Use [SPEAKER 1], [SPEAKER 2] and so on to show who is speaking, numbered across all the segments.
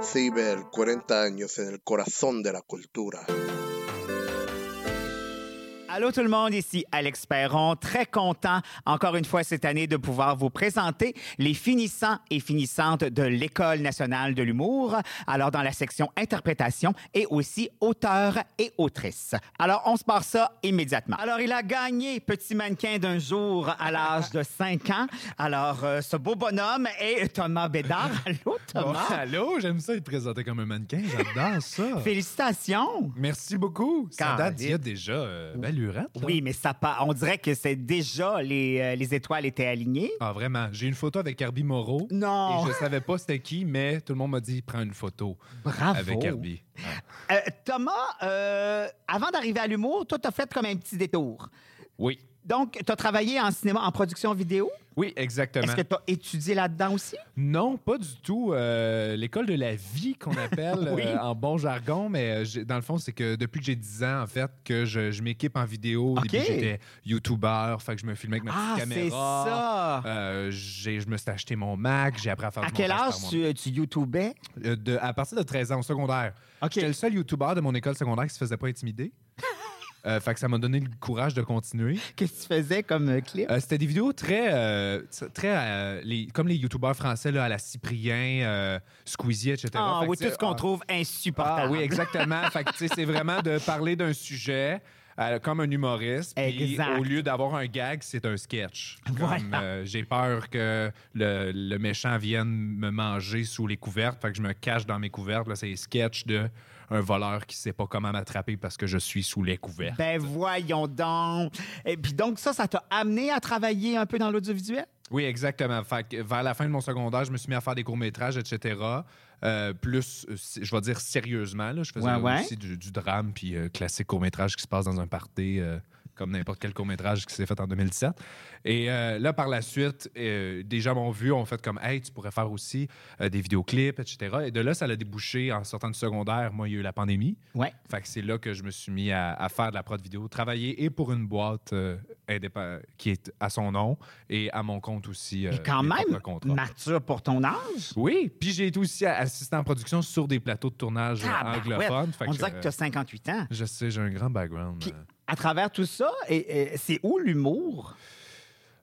[SPEAKER 1] Ciber 40 años en el corazón de la cultura.
[SPEAKER 2] Allô tout le monde, ici Alex Perron, très content encore une fois cette année de pouvoir vous présenter les finissants et finissantes de l'École nationale de l'humour, alors dans la section interprétation et aussi auteur et autrice. Alors on se part ça immédiatement. Alors il a gagné Petit mannequin d'un jour à l'âge de 5 ans. Alors euh, ce beau bonhomme est Thomas Bédard. Allô
[SPEAKER 3] Oh,
[SPEAKER 2] Thomas.
[SPEAKER 3] allô, j'aime ça être présenté comme un mannequin, j'adore ça.
[SPEAKER 2] Félicitations.
[SPEAKER 3] Merci beaucoup. Ça date d'il y a
[SPEAKER 2] Caroline.
[SPEAKER 3] déjà euh, ben, lurette, là.
[SPEAKER 2] Oui, mais ça pa- on dirait que c'est déjà les, euh, les étoiles étaient alignées.
[SPEAKER 3] Ah, vraiment. J'ai une photo avec Herbie Moreau.
[SPEAKER 2] Non.
[SPEAKER 3] Et je savais pas c'était qui, mais tout le monde m'a dit prends une photo
[SPEAKER 2] Bravo.
[SPEAKER 3] avec Herbie. Ah.
[SPEAKER 2] Euh, Thomas, euh, avant d'arriver à l'humour, toi, t'as fait comme un petit détour.
[SPEAKER 3] Oui.
[SPEAKER 2] Donc, t'as travaillé en cinéma, en production vidéo.
[SPEAKER 3] Oui, exactement.
[SPEAKER 2] Est-ce que t'as étudié là-dedans aussi?
[SPEAKER 3] Non, pas du tout. euh, L'école de la vie qu'on appelle
[SPEAKER 2] Oui.
[SPEAKER 3] euh, en bon jargon, mais euh, j'ai- dans le fond, c'est que depuis que j'ai 10 ans, en fait, que je, je m'équipe en vidéo. Au
[SPEAKER 2] OK.
[SPEAKER 3] début, j'étais youtubeur, fait que je me filmais avec ma
[SPEAKER 2] Ah,
[SPEAKER 3] petite
[SPEAKER 2] c'est
[SPEAKER 3] caméra.
[SPEAKER 2] ça!
[SPEAKER 3] Euh, j'ai- je me suis acheté mon Mac, j'ai appris à faire
[SPEAKER 2] à
[SPEAKER 3] du
[SPEAKER 2] quel
[SPEAKER 3] montage
[SPEAKER 2] âge
[SPEAKER 3] par moi-même.
[SPEAKER 2] tu, tu YouTubais?
[SPEAKER 3] Euh, de- à partir de 13 ans, au secondaire.
[SPEAKER 2] OK.
[SPEAKER 3] J'étais le seul youtubeur de mon école secondaire qui se faisait pas intimider. Euh, fait que ça m'a donné le courage de continuer.
[SPEAKER 2] Qu'est-ce que tu faisais comme euh, clip?
[SPEAKER 3] Euh, C'était des vidéos très. euh, t- très euh, les- comme les youtubeurs français là, à la Cyprien, euh, Squeezie, etc.
[SPEAKER 2] Ah
[SPEAKER 3] Fait que,
[SPEAKER 2] oui,
[SPEAKER 3] tu
[SPEAKER 2] tout
[SPEAKER 3] sais,
[SPEAKER 2] ce qu'on
[SPEAKER 3] ah,
[SPEAKER 2] trouve
[SPEAKER 3] Ah
[SPEAKER 2] insupportable.
[SPEAKER 3] oui, exactement. fait que, tu sais, c'est vraiment de parler d'un sujet euh, comme un humoriste. puis
[SPEAKER 2] Exact.
[SPEAKER 3] au lieu d'avoir un gag, c'est un sketch. Comme,
[SPEAKER 2] Voilà.
[SPEAKER 3] euh, J'ai peur que le, le méchant vienne me manger sous les couvertes. Fait que je me cache dans mes couvertes. Là, c'est les sketchs de un voleur qui sait pas comment m'attraper parce que je suis sous les couvertes.
[SPEAKER 2] Ben voyons donc. Et puis donc ça, ça t'a amené à travailler un peu dans l'audiovisuel?
[SPEAKER 3] Oui, exactement. Fait que vers la fin de mon secondaire, je me suis mis à faire des courts-métrages, etc. Euh, plus, euh, si- je vais dire sérieusement, là, je faisais
[SPEAKER 2] Ouais, ouais.
[SPEAKER 3] aussi du, du drame, puis euh, classique court-métrage qui se passe dans un party, euh, comme n'importe quel court-métrage qui s'est fait en 2017. Et euh, là, par la suite, euh, des gens m'ont vu, ont fait comme « Hey, tu pourrais faire aussi euh, des vidéoclips, etc. » Et de là, ça a débouché en sortant du secondaire. Moi, il y a eu la pandémie.
[SPEAKER 2] Ouais.
[SPEAKER 3] Fait que c'est là que je me suis mis à, à faire de la prod vidéo, travailler et pour une boîte euh, indépa- qui est à son nom et à mon compte aussi. euh,
[SPEAKER 2] Mais quand
[SPEAKER 3] mes
[SPEAKER 2] même,
[SPEAKER 3] propres contrats.
[SPEAKER 2] mature pour ton âge.
[SPEAKER 3] Oui, puis j'ai été aussi a- assistant en production sur des plateaux de tournage euh,
[SPEAKER 2] Tabarouette.
[SPEAKER 3] anglophones. Fait
[SPEAKER 2] On dirait
[SPEAKER 3] je-
[SPEAKER 2] que tu as 58 ans.
[SPEAKER 3] Je sais, j'ai un grand background.
[SPEAKER 2] Puis,
[SPEAKER 3] euh.
[SPEAKER 2] à travers tout ça, et, et c'est où l'humour?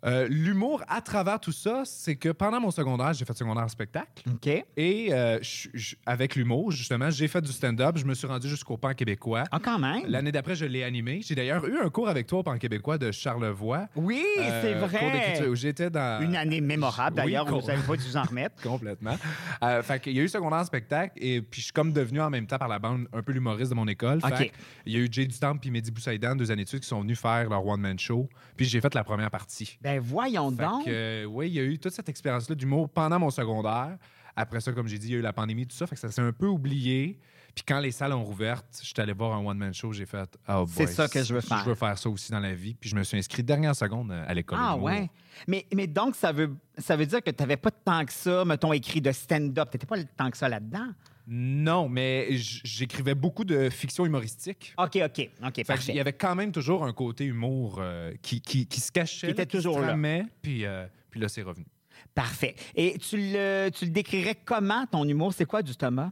[SPEAKER 3] Euh, L'humour à travers tout ça, c'est que pendant mon secondaire, j'ai fait secondaire en spectacle.
[SPEAKER 2] OK.
[SPEAKER 3] Et euh, je- je- avec l'humour, justement, j'ai fait du stand-up. Je me suis rendu jusqu'au pan québécois.
[SPEAKER 2] Ah, quand même.
[SPEAKER 3] L'année d'après, je l'ai animé. J'ai d'ailleurs eu un cours avec toi au pan québécois de Charlevoix.
[SPEAKER 2] Oui,
[SPEAKER 3] Euh,
[SPEAKER 2] c'est
[SPEAKER 3] cours d'écriture, où
[SPEAKER 2] vrai.
[SPEAKER 3] J'étais dans.
[SPEAKER 2] Une année mémorable,
[SPEAKER 3] Oui,
[SPEAKER 2] d'ailleurs,
[SPEAKER 3] con-
[SPEAKER 2] vous n'avez pas dû vous en remettre.
[SPEAKER 3] Complètement. Euh, fait qu'il y a eu secondaire en spectacle et puis je suis comme devenu en même temps par la bande un peu l'humoriste de mon école. Fait
[SPEAKER 2] OK.
[SPEAKER 3] que il y a eu Jay Dutemps puis Mehdi Boussaïdan, deux années de suite, qui sont venus faire leur one-man show. Puis j'ai fait la première partie.
[SPEAKER 2] Ben voyons
[SPEAKER 3] Fait
[SPEAKER 2] donc.
[SPEAKER 3] que, euh, oui, il y a eu toute cette expérience-là d'humour pendant mon secondaire. Après ça, comme j'ai dit, il y a eu la pandémie, tout ça. Fait que ça s'est un peu oublié. Puis quand les salles ont rouvert, je suis allé voir un one-man show, j'ai fait Ah,
[SPEAKER 2] C'est
[SPEAKER 3] boy,
[SPEAKER 2] ça que je veux faire.
[SPEAKER 3] Je veux faire ça aussi dans la vie. Puis je me suis inscrit dernière seconde euh, à l'école.
[SPEAKER 2] ah
[SPEAKER 3] d'humour.
[SPEAKER 2] ouais. Mais, mais donc, ça veut, ça veut dire que tu n'avais pas tant que ça, mettons, écrit de stand-up. Tu n'étais pas tant que ça là-dedans.
[SPEAKER 3] Non, mais j- j'écrivais beaucoup de fiction humoristique.
[SPEAKER 2] OK, OK, OK,
[SPEAKER 3] Fait qu'il y
[SPEAKER 2] parfait.
[SPEAKER 3] avait quand même toujours un côté humour euh, qui, qui- qui se cachait.
[SPEAKER 2] Qui était toujours
[SPEAKER 3] se
[SPEAKER 2] là.
[SPEAKER 3] tramait, Puis, euh, puis là, c'est revenu.
[SPEAKER 2] Parfait. Et tu le, tu le décrirais comment, ton humour? C'est quoi du Thomas?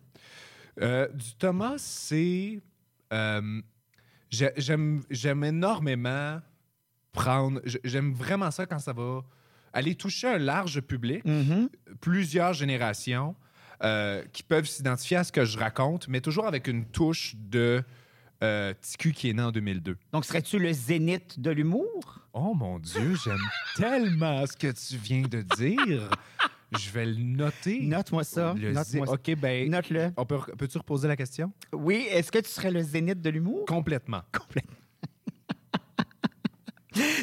[SPEAKER 3] Euh, du Thomas, c'est. euh, j'ai- j'aime, j'aime énormément prendre. j- J'aime vraiment ça quand ça va aller toucher un large public,
[SPEAKER 2] Mhm.
[SPEAKER 3] plusieurs générations euh, qui peuvent s'identifier à ce que je raconte, mais toujours avec une touche de euh, TQ qui est né en 2002.
[SPEAKER 2] Donc, serais-tu le zénith de l'humour?
[SPEAKER 3] Oh mon Dieu, j'aime tellement ce que tu viens de dire. Je vais le noter.
[SPEAKER 2] Note-moi ça.
[SPEAKER 3] Le zé-
[SPEAKER 2] Note-moi ça.
[SPEAKER 3] OK, ben,
[SPEAKER 2] Note-le.
[SPEAKER 3] on peut, peux-tu reposer la question?
[SPEAKER 2] Oui, est-ce que tu serais le zénith de l'humour?
[SPEAKER 3] Complètement.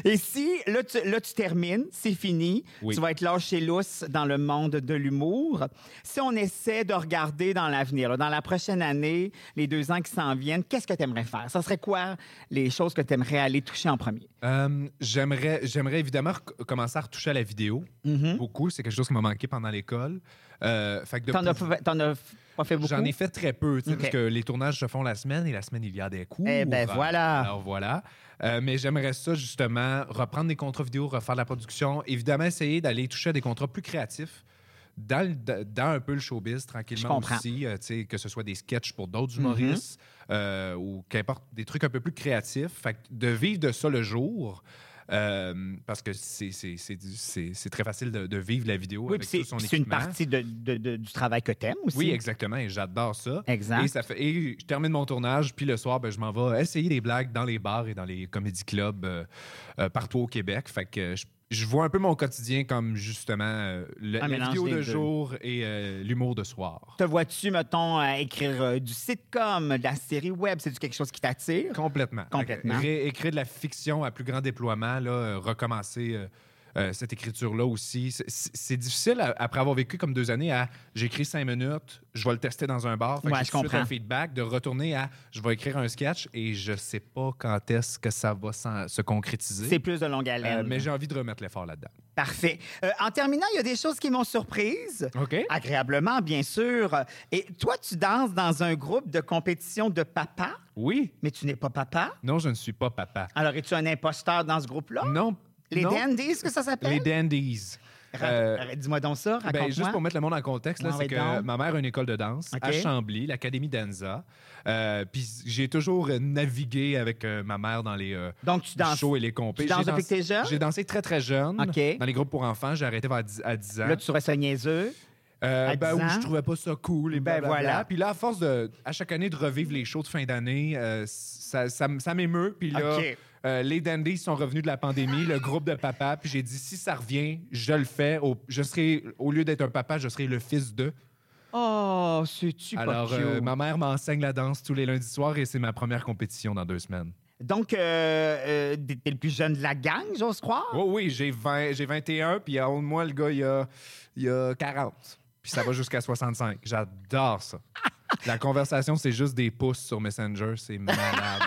[SPEAKER 2] Et si, là tu, là, tu termines, c'est fini,
[SPEAKER 3] Oui.
[SPEAKER 2] tu vas être lâché lousse dans le monde de l'humour. Si on essaie de regarder dans l'avenir, là, dans la prochaine année, les deux ans qui s'en viennent, qu'est-ce que tu aimerais faire? Ça serait quoi les choses que tu aimerais aller toucher en premier?
[SPEAKER 3] Euh, j'aimerais, j'aimerais évidemment rec- commencer à retoucher à la vidéo.
[SPEAKER 2] Mm-hmm.
[SPEAKER 3] Beaucoup, c'est quelque chose qui m'a manqué pendant l'école. Euh, fait que de
[SPEAKER 2] T'en as,
[SPEAKER 3] pou-
[SPEAKER 2] pas- t'en as f- pas fait beaucoup?
[SPEAKER 3] J'en ai fait très peu, tu sais,
[SPEAKER 2] OK.
[SPEAKER 3] parce que les tournages se font la semaine et la semaine, il y a des cours.
[SPEAKER 2] Eh ben, voilà.
[SPEAKER 3] Alors voilà. Euh, mais j'aimerais ça, justement, reprendre des contrats vidéo, refaire de la production. Évidemment, essayer d'aller toucher à des contrats plus créatifs. dans, le- d- dans un peu le showbiz
[SPEAKER 2] Je
[SPEAKER 3] tranquillement
[SPEAKER 2] comprends. Mm-hmm.
[SPEAKER 3] aussi, euh, tu sais, que ce soit des sketchs pour d'autres humoristes euh, ou qu'importe, des trucs un peu plus créatifs. Fait que de vivre de ça le jour, euh, parce que c'est, c'est, c'est du- c'est- c'est très facile de, de vivre la vidéo
[SPEAKER 2] Oui,
[SPEAKER 3] avec
[SPEAKER 2] puis
[SPEAKER 3] tout
[SPEAKER 2] c'est
[SPEAKER 3] son
[SPEAKER 2] puis c'est une
[SPEAKER 3] équipement.
[SPEAKER 2] partie de- de- de- du travail que t'aimes aussi.
[SPEAKER 3] Oui, exactement, et j'adore ça.
[SPEAKER 2] Exact.
[SPEAKER 3] Et, ça fait, et je termine mon tournage, puis le soir, ben, je m'en vais essayer des blagues dans les bars et dans les comédie clubs euh, euh, partout au Québec. Fait que euh, je, je vois un peu mon quotidien comme justement euh, le,
[SPEAKER 2] Un
[SPEAKER 3] la
[SPEAKER 2] mélange
[SPEAKER 3] vidéo
[SPEAKER 2] des
[SPEAKER 3] de
[SPEAKER 2] deux.
[SPEAKER 3] jour et euh, l'humour de soir.
[SPEAKER 2] Te vois-tu, mettons, à écrire euh, du sitcom, de la série web? C'est-tu quelque chose qui t'attire?
[SPEAKER 3] Complètement.
[SPEAKER 2] Complètement.
[SPEAKER 3] Réécrire de la fiction à plus grand déploiement, là, euh, recommencer euh, euh, cette écriture-là aussi. C'est- C'est c'est difficile, à- après avoir vécu comme deux années, à j'écris cinq minutes, je vais le tester dans un bar, fait que
[SPEAKER 2] Ouais,
[SPEAKER 3] j'ai
[SPEAKER 2] je
[SPEAKER 3] tout de suite
[SPEAKER 2] comprends.
[SPEAKER 3] un feedback, de retourner à je vais écrire un sketch et je sais pas quand est-ce que ça va s'en- se concrétiser.
[SPEAKER 2] C'est plus de longue
[SPEAKER 3] Euh,
[SPEAKER 2] haleine.
[SPEAKER 3] mais j'ai envie de remettre l'effort là-dedans.
[SPEAKER 2] Parfait. Euh, en terminant, il y a des choses qui m'ont surprise.
[SPEAKER 3] OK.
[SPEAKER 2] Agréablement, bien sûr. Et toi, tu danses dans un groupe de compétition de papa,
[SPEAKER 3] Oui.
[SPEAKER 2] mais tu n'es pas papa.
[SPEAKER 3] Non, je ne suis pas papa.
[SPEAKER 2] Alors, es-tu un imposteur dans ce groupe-là?
[SPEAKER 3] Non.
[SPEAKER 2] Les
[SPEAKER 3] non.
[SPEAKER 2] dandies, est-ce que ça
[SPEAKER 3] Les
[SPEAKER 2] s'appelle?
[SPEAKER 3] dandies.
[SPEAKER 2] Ra-
[SPEAKER 3] Euh,
[SPEAKER 2] ra- Dis-moi donc ça, raconte-moi.
[SPEAKER 3] Ben, juste pour mettre le monde en contexte, là,
[SPEAKER 2] Ah, Ouais, ouais,
[SPEAKER 3] c'est que
[SPEAKER 2] donc.
[SPEAKER 3] ma mère a une école de danse
[SPEAKER 2] Ok.
[SPEAKER 3] à Chambly, l'Académie Danza. Euh, Puis j'ai toujours euh, navigué avec euh, ma mère dans les euh,
[SPEAKER 2] Donc, tu danses.
[SPEAKER 3] shows et les compés.
[SPEAKER 2] tu danses
[SPEAKER 3] J'ai
[SPEAKER 2] depuis que t'es jeune?
[SPEAKER 3] J'ai dansé très, très jeune
[SPEAKER 2] Ok.
[SPEAKER 3] dans les groupes pour enfants. J'ai arrêté vers 10 à 10 ans.
[SPEAKER 2] Là, tu serais ça niaiseux.
[SPEAKER 3] Euh,
[SPEAKER 2] à
[SPEAKER 3] ben,
[SPEAKER 2] 10
[SPEAKER 3] où
[SPEAKER 2] ans.
[SPEAKER 3] je trouvais pas ça cool. Et
[SPEAKER 2] Ben,
[SPEAKER 3] blablabla.
[SPEAKER 2] voilà.
[SPEAKER 3] Puis là, à force de, à chaque année, de revivre les shows de fin d'année, euh, ça, ça m- ça m'émeut. Puis là,
[SPEAKER 2] Ok.
[SPEAKER 3] euh, les Dandies sont revenus de la pandémie, le groupe de papa. Puis j'ai dit, si ça revient, je le fais. Au, je serai, au lieu d'être un papa, je serai le fils de.
[SPEAKER 2] Oh, c'est-tu pas
[SPEAKER 3] Alors,
[SPEAKER 2] cute?
[SPEAKER 3] euh, ma mère m'enseigne la danse tous les lundis soirs et c'est ma première compétition dans deux semaines.
[SPEAKER 2] Donc, euh, euh, t'es t'es le plus jeune de la gang, j'ose croire?
[SPEAKER 3] Oh oui, j'ai 20, j'ai 21, puis au moins, le gars, il a, il a 40. Puis ça va jusqu'à 65. J'adore ça. La conversation, c'est juste des pouces sur Messenger. C'est malade.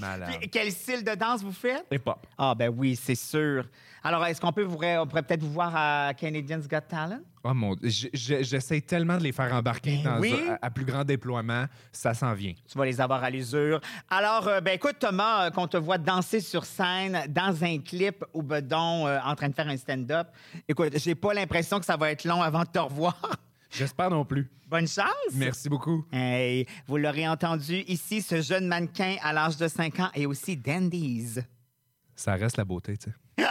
[SPEAKER 3] malade.
[SPEAKER 2] Puis, quel style de danse vous faites?
[SPEAKER 3] Et pop.
[SPEAKER 2] Ah, ben oui, c'est sûr. Alors, est-ce qu'on peut vous, on pourrait peut-être vous voir à Canadian's Got Talent?
[SPEAKER 3] Oh mon Dieu. J- j- J'essaie tellement de les faire embarquer
[SPEAKER 2] Ben
[SPEAKER 3] dans
[SPEAKER 2] oui.
[SPEAKER 3] un- à, à plus grand déploiement. Ça s'en vient.
[SPEAKER 2] Tu vas les avoir à l'usure. Alors, euh, ben écoute, Thomas, euh, qu'on te voit danser sur scène dans un clip ou ben donc, euh, en train de faire un stand-up. Écoute, j'ai pas l'impression que ça va être long avant de te revoir.
[SPEAKER 3] J'espère non plus.
[SPEAKER 2] Bonne chance!
[SPEAKER 3] Merci beaucoup.
[SPEAKER 2] Hey, vous l'aurez entendu ici, ce jeune mannequin à l'âge de 5 ans et aussi Dandies.
[SPEAKER 3] Ça reste la beauté, tu sais.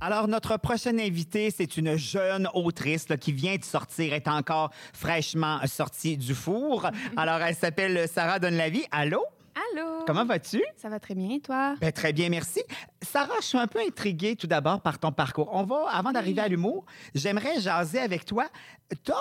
[SPEAKER 2] Alors, notre prochaine invitée, c'est une jeune autrice là, qui vient de sortir, est encore fraîchement sortie du four. Alors, elle s'appelle Sarah Donlavie. Allô?
[SPEAKER 4] Allô?
[SPEAKER 2] Comment vas-tu?
[SPEAKER 4] Ça va très bien, et toi?
[SPEAKER 2] Ben, très bien, merci. Sarah, je suis un peu intriguée tout d'abord par ton parcours. On va, avant d'arriver à l'humour, j'aimerais jaser avec toi. T'as,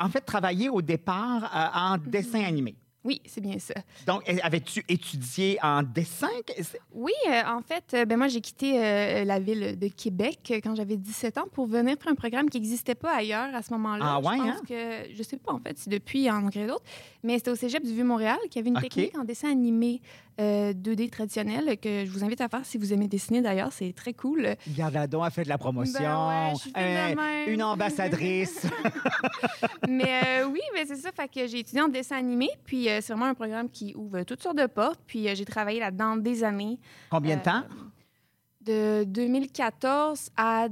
[SPEAKER 2] en fait, travaillé au départ euh, en dessin animé.
[SPEAKER 4] Oui, c'est bien ça.
[SPEAKER 2] Donc, eh, avais-tu étudié en dessin? Que- c'est-
[SPEAKER 4] Oui, euh, en fait, euh, ben moi, j'ai quitté euh, la ville de Québec euh, quand j'avais 17 ans pour venir faire un programme qui n'existait pas ailleurs à ce moment-là.
[SPEAKER 2] Ah ouais,
[SPEAKER 4] je pense
[SPEAKER 2] hein?
[SPEAKER 4] que, je sais pas en fait si depuis il y en a créé d'autres, mais c'était au cégep du Vieux-Montréal qui avait une
[SPEAKER 2] OK.
[SPEAKER 4] technique en dessin animé euh, 2D traditionnel que je vous invite à faire si vous aimez dessiner d'ailleurs, c'est très cool.
[SPEAKER 2] Gardadon a fait de la promotion.
[SPEAKER 4] Ben ouais, je suis de
[SPEAKER 2] Hein,
[SPEAKER 4] même.
[SPEAKER 2] une ambassadrice.
[SPEAKER 4] mais euh, oui, mais c'est ça. Fait que j'ai étudié en dessin animé, puis euh, c'est vraiment un programme qui ouvre toutes sortes de portes. Puis euh, j'ai travaillé là-dedans des années.
[SPEAKER 2] Combien de
[SPEAKER 4] Euh,
[SPEAKER 2] temps?
[SPEAKER 4] De 2014 à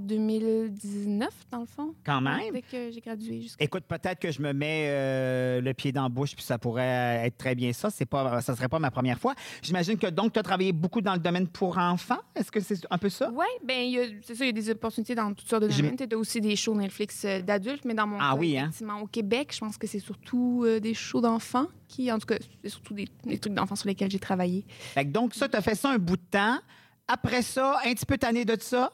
[SPEAKER 4] 2019, dans le fond.
[SPEAKER 2] Quand même.
[SPEAKER 4] Dès que j'ai gradué jusqu'à.
[SPEAKER 2] Écoute, peut-être que je me mets euh, le pied dans la bouche, puis ça pourrait euh, être très bien ça. C'est pas, ça serait pas ma première fois. J'imagine que donc, tu as travaillé beaucoup dans le domaine pour enfants. Est-ce que c'est un peu ça?
[SPEAKER 4] Oui, ben, il y a- c'est ça, il y a des opportunités dans toutes sortes de
[SPEAKER 2] J'im-
[SPEAKER 4] domaines. Tu as aussi des shows Netflix euh, d'adultes, mais dans mon
[SPEAKER 2] Ah
[SPEAKER 4] cas,
[SPEAKER 2] oui, hein?
[SPEAKER 4] effectivement, au Québec, je pense que c'est surtout euh, des shows d'enfants qui, en tout cas, c'est surtout des, des trucs d'enfants sur lesquels j'ai travaillé.
[SPEAKER 2] Fait que donc, ça, tu as fait ça un bout de temps. Après ça, un petit peu tanné de ça.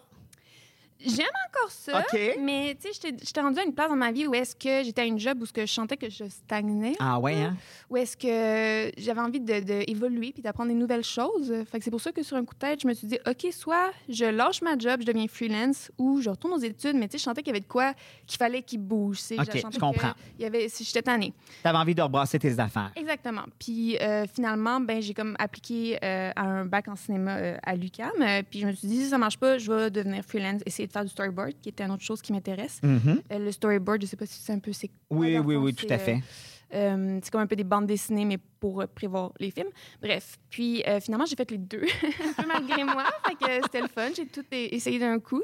[SPEAKER 4] J'aime encore ça,
[SPEAKER 2] OK.
[SPEAKER 4] Euh, mais tu sais, j'étais- j'étais rendue à une place dans ma vie où est-ce que j'étais à une job où ce que je sentais que je stagnais,
[SPEAKER 2] Ah ouais, hein?
[SPEAKER 4] où est-ce que j'avais envie d'évoluer de, évoluer puis d'apprendre des nouvelles choses. Fait que c'est pour ça que sur un coup de tête, je me suis dit, OK, soit je lâche ma job, je deviens freelance, ou je retourne aux études, mais tu sais, je sentais qu'il y avait de quoi qu'il fallait qu'il bouge. tu sais.
[SPEAKER 2] OK,
[SPEAKER 4] Je sentais
[SPEAKER 2] je comprends.
[SPEAKER 4] que il y avait, j'étais tannée.
[SPEAKER 2] T'avais envie de rebrasser tes affaires.
[SPEAKER 4] Exactement. Puis euh, finalement, ben, j'ai comme appliqué euh, à un bac en cinéma euh, à l'UCAM. puis je me suis dit, si ça marche pas, je vais devenir freelance, essayer de faire du storyboard, qui était une autre chose qui m'intéresse.
[SPEAKER 2] Mhm.
[SPEAKER 4] Euh, le storyboard, je sais pas si c'est un peu... c'est quoi,
[SPEAKER 2] Oui,
[SPEAKER 4] dans le
[SPEAKER 2] oui,
[SPEAKER 4] fond,
[SPEAKER 2] oui, tout
[SPEAKER 4] c'est,
[SPEAKER 2] à fait.
[SPEAKER 4] euh, euh, c'est comme un peu des bandes dessinées, mais pour euh, prévoir les films. Bref. Puis euh, finalement, j'ai fait les deux, un peu malgré moi. Fait que euh, c'était le fun. J'ai tout e- essayé d'un coup.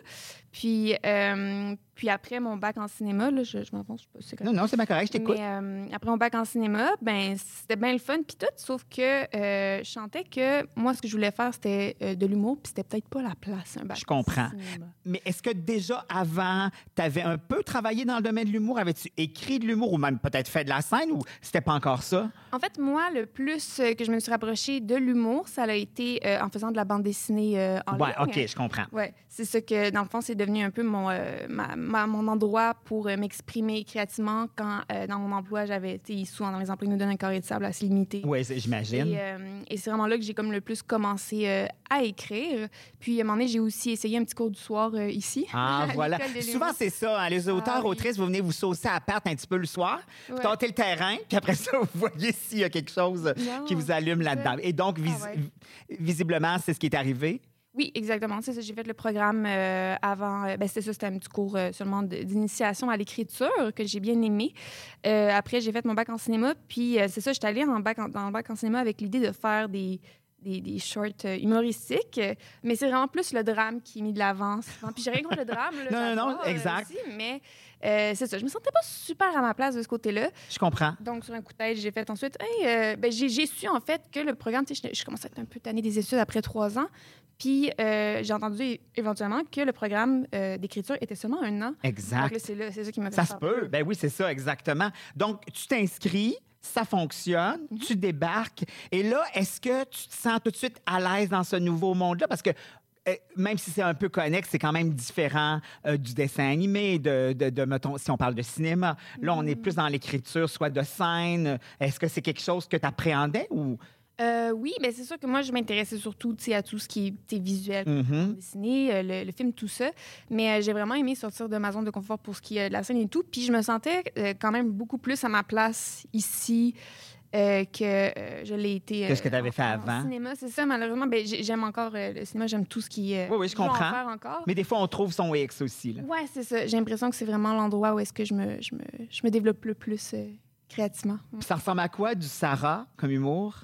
[SPEAKER 4] Puis, euh, puis après mon bac en cinéma, là, je, je m'avance, je sais pas si c'est correct.
[SPEAKER 2] Non, non, c'est bien correct, je t'écoute.
[SPEAKER 4] Mais euh, après mon bac en cinéma, ben c'était bien le fun puis tout, sauf que euh, je sentais que moi ce que je voulais faire c'était euh, de l'humour puis c'était peut-être pas la place un bac.
[SPEAKER 2] Je comprends.
[SPEAKER 4] en cinéma.
[SPEAKER 2] Mais est-ce que déjà avant, tu avais un peu travaillé dans le domaine de l'humour? Avais-tu écrit de l'humour ou même peut-être fait de la scène ou c'était pas encore ça?
[SPEAKER 4] En fait, moi le plus euh, que je me suis rapprochée de l'humour, ça a été euh, en faisant de la bande dessinée euh, en
[SPEAKER 2] ouais,
[SPEAKER 4] ligne.
[SPEAKER 2] OK, je comprends.
[SPEAKER 4] Ouais, c'est ça que dans le fond c'est devenu un peu mon euh, ma- ma- mon endroit pour euh, m'exprimer créativement quand euh, dans mon emploi j'avais tu sais souvent dans les emplois ils nous donnent un carré de sable assez limité.
[SPEAKER 2] Oui, c'est- j'imagine.
[SPEAKER 4] Et, euh, et c'est vraiment là que j'ai comme le plus commencé euh, à écrire. Puis à un moment donné, j'ai aussi essayé un petit cours du soir euh, ici.
[SPEAKER 2] Ah,
[SPEAKER 4] à
[SPEAKER 2] voilà.
[SPEAKER 4] l'école de l'humour.
[SPEAKER 2] Souvent, c'est ça. hein, Les auteurs,
[SPEAKER 4] Ah oui.
[SPEAKER 2] autrices, vous venez vous saucer à la pâte un petit peu le soir,
[SPEAKER 4] Ouais.
[SPEAKER 2] tentez le terrain, puis après ça, vous voyez s'il y a quelque chose
[SPEAKER 4] Non,
[SPEAKER 2] qui vous allume
[SPEAKER 4] c'est ça.
[SPEAKER 2] là-dedans. Et donc, vis-
[SPEAKER 4] Ah ouais.
[SPEAKER 2] visiblement, c'est ce qui est arrivé.
[SPEAKER 4] Oui, exactement. C'est ça. J'ai fait le programme euh, avant. euh, ben, c'était ça, c'était un petit cours euh, seulement de- d'initiation à l'écriture que j'ai bien aimé. Euh, après, j'ai fait mon bac en cinéma. Puis euh, c'est ça, j'étais allée en bac en- dans le bac en cinéma avec l'idée de faire des. Des, des shorts euh, humoristiques, euh, mais c'est vraiment plus le drame qui est mis de l'avant. souvent. Puis j'ai rien contre le drame. là,
[SPEAKER 2] Non, non, non,
[SPEAKER 4] j'adore, euh,
[SPEAKER 2] exact.
[SPEAKER 4] aussi, mais euh, c'est ça, je me sentais pas super à ma place de ce côté-là.
[SPEAKER 2] Je comprends.
[SPEAKER 4] Donc, sur un coup de tête, j'ai fait ensuite. Hey, euh, ben, j'ai, j'ai su, en fait, que le programme, tu sais, je, je commençais à être un peu tannée des études après trois ans. Puis, euh, j'ai entendu é- éventuellement que le programme euh, d'écriture était seulement un an. Donc,
[SPEAKER 2] Exact.
[SPEAKER 4] là, c'est, là, c'est ça qui m'a fait
[SPEAKER 2] Ça se
[SPEAKER 4] faire
[SPEAKER 2] peut.
[SPEAKER 4] peur.
[SPEAKER 2] Ben oui, c'est ça, exactement. Donc, tu t'inscris, ça fonctionne, tu débarques. Et là, est-ce que tu te sens tout de suite à l'aise dans ce nouveau monde-là? Parce que euh, même si c'est un peu connexe, c'est quand même différent euh, du dessin animé, de, de, de, mettons, si on parle de cinéma. Là, on est plus dans l'écriture, soit de scène. Est-ce que c'est quelque chose que tu appréhendais ou...
[SPEAKER 4] Euh, oui, ben, c'est sûr que moi, je m'intéressais surtout tu sais, à tout ce qui est tu sais, visuel,
[SPEAKER 2] Mhm.
[SPEAKER 4] dessiné, euh, le, le film, tout ça. Mais euh, j'ai vraiment aimé sortir de ma zone de confort pour ce qui est de la scène et tout. Puis je me sentais euh, quand même beaucoup plus à ma place ici euh, que euh, je l'ai été. euh,
[SPEAKER 2] Que ce que t'avais
[SPEAKER 4] en-
[SPEAKER 2] fait
[SPEAKER 4] en
[SPEAKER 2] avant.
[SPEAKER 4] cinéma, c'est ça, malheureusement. Ben, j'ai- j'aime encore euh, le cinéma, j'aime tout ce qui euh, est.
[SPEAKER 2] Oui, oui, je comprends.
[SPEAKER 4] faire encore.
[SPEAKER 2] Mais des fois, on trouve son X aussi. Là.
[SPEAKER 4] Ouais, c'est ça. J'ai l'impression que c'est vraiment l'endroit où est-ce que je me, je, me, je me développe le plus euh, créativement.
[SPEAKER 2] Puis Ça ressemble à quoi du Sarah comme humour?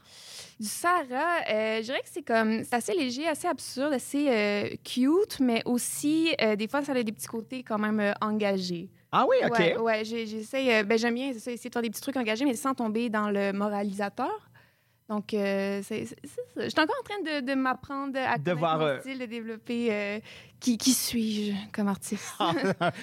[SPEAKER 4] Du Sarah, euh, je dirais que c'est comme, c'est assez léger, assez absurde, assez euh, cute, mais aussi, euh, des fois, ça a des petits côtés quand même euh, engagés.
[SPEAKER 2] Ah oui, OK.
[SPEAKER 4] Ouais, ouais, j'ai- j'essaie, euh, ben, j'aime bien c'est ça, essayer de faire des petits trucs engagés, mais sans tomber dans le moralisateur. Donc, euh, c'est c'est- c'est ça. Je suis encore en train de, de m'apprendre à
[SPEAKER 2] De
[SPEAKER 4] connaître
[SPEAKER 2] voir,
[SPEAKER 4] mon
[SPEAKER 2] euh,
[SPEAKER 4] style, de développer euh, qui, qui suis-je comme artiste.
[SPEAKER 2] Ah,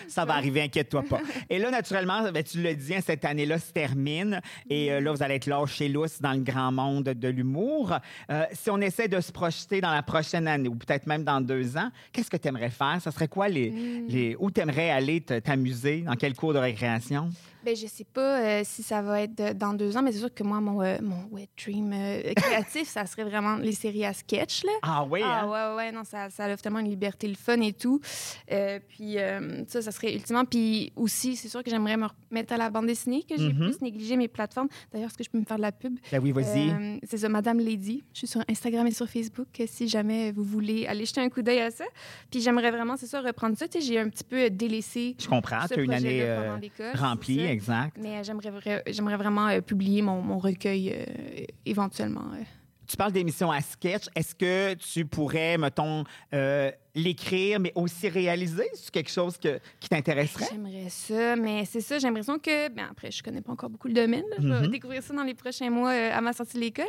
[SPEAKER 2] ça va arriver, inquiète-toi pas. Et là, naturellement, ben, tu le dis, hein, cette année-là se termine. Et euh, là, vous allez être lâché lousse dans le grand monde de l'humour. Euh, si on essaie de se projeter dans la prochaine année, ou peut-être même dans deux ans, qu'est-ce que tu aimerais faire? Ça serait quoi les.
[SPEAKER 4] Hmm.
[SPEAKER 2] les où tu aimerais aller te- t'amuser? Dans quel cours de récréation?
[SPEAKER 4] Ben, je sais pas euh, si ça va être de- dans deux ans, mais c'est sûr que moi, mon, euh, mon wet dream euh, créatif, ça serait vraiment les séries à sketch, là.
[SPEAKER 2] Ah oui,
[SPEAKER 4] Ah
[SPEAKER 2] hein?
[SPEAKER 4] ouais, ouais, non, ça, ça offre tellement une liberté, le fun et tout. Euh, puis euh, ça, ça serait ultimement. Puis aussi, c'est sûr que j'aimerais me remettre à la bande dessinée, que j'ai
[SPEAKER 2] Mhm.
[SPEAKER 4] plus négligé mes plateformes. D'ailleurs, est-ce que je peux me faire de la pub?
[SPEAKER 2] Ben oui, vas-y.
[SPEAKER 4] Euh, c'est ça, Madame Lady. Je suis sur Instagram et sur Facebook, euh, si jamais vous voulez aller jeter un coup d'œil à ça. Puis j'aimerais vraiment, c'est ça, reprendre ça. Tu sais, j'ai un petit peu euh, délaissé
[SPEAKER 2] Je comprends.
[SPEAKER 4] ce
[SPEAKER 2] Tu as une année
[SPEAKER 4] projet-là
[SPEAKER 2] euh,
[SPEAKER 4] pendant l'école, c'est
[SPEAKER 2] remplie,
[SPEAKER 4] ça.
[SPEAKER 2] exact.
[SPEAKER 4] Mais euh, j'aimerais, vra- j'aimerais vraiment euh, publier mon, mon recueil euh, éventuellement. euh.
[SPEAKER 2] Tu parles d'émissions à sketch. Est-ce que tu pourrais, mettons, euh, l'écrire, mais aussi réaliser? C'est quelque chose que, qui t'intéresserait?
[SPEAKER 4] J'aimerais ça, mais c'est ça, j'ai l'impression que. Ben après, je connais pas encore beaucoup le domaine. là. Je vais
[SPEAKER 2] Mhm.
[SPEAKER 4] découvrir ça dans les prochains mois euh, à ma sortie de l'école.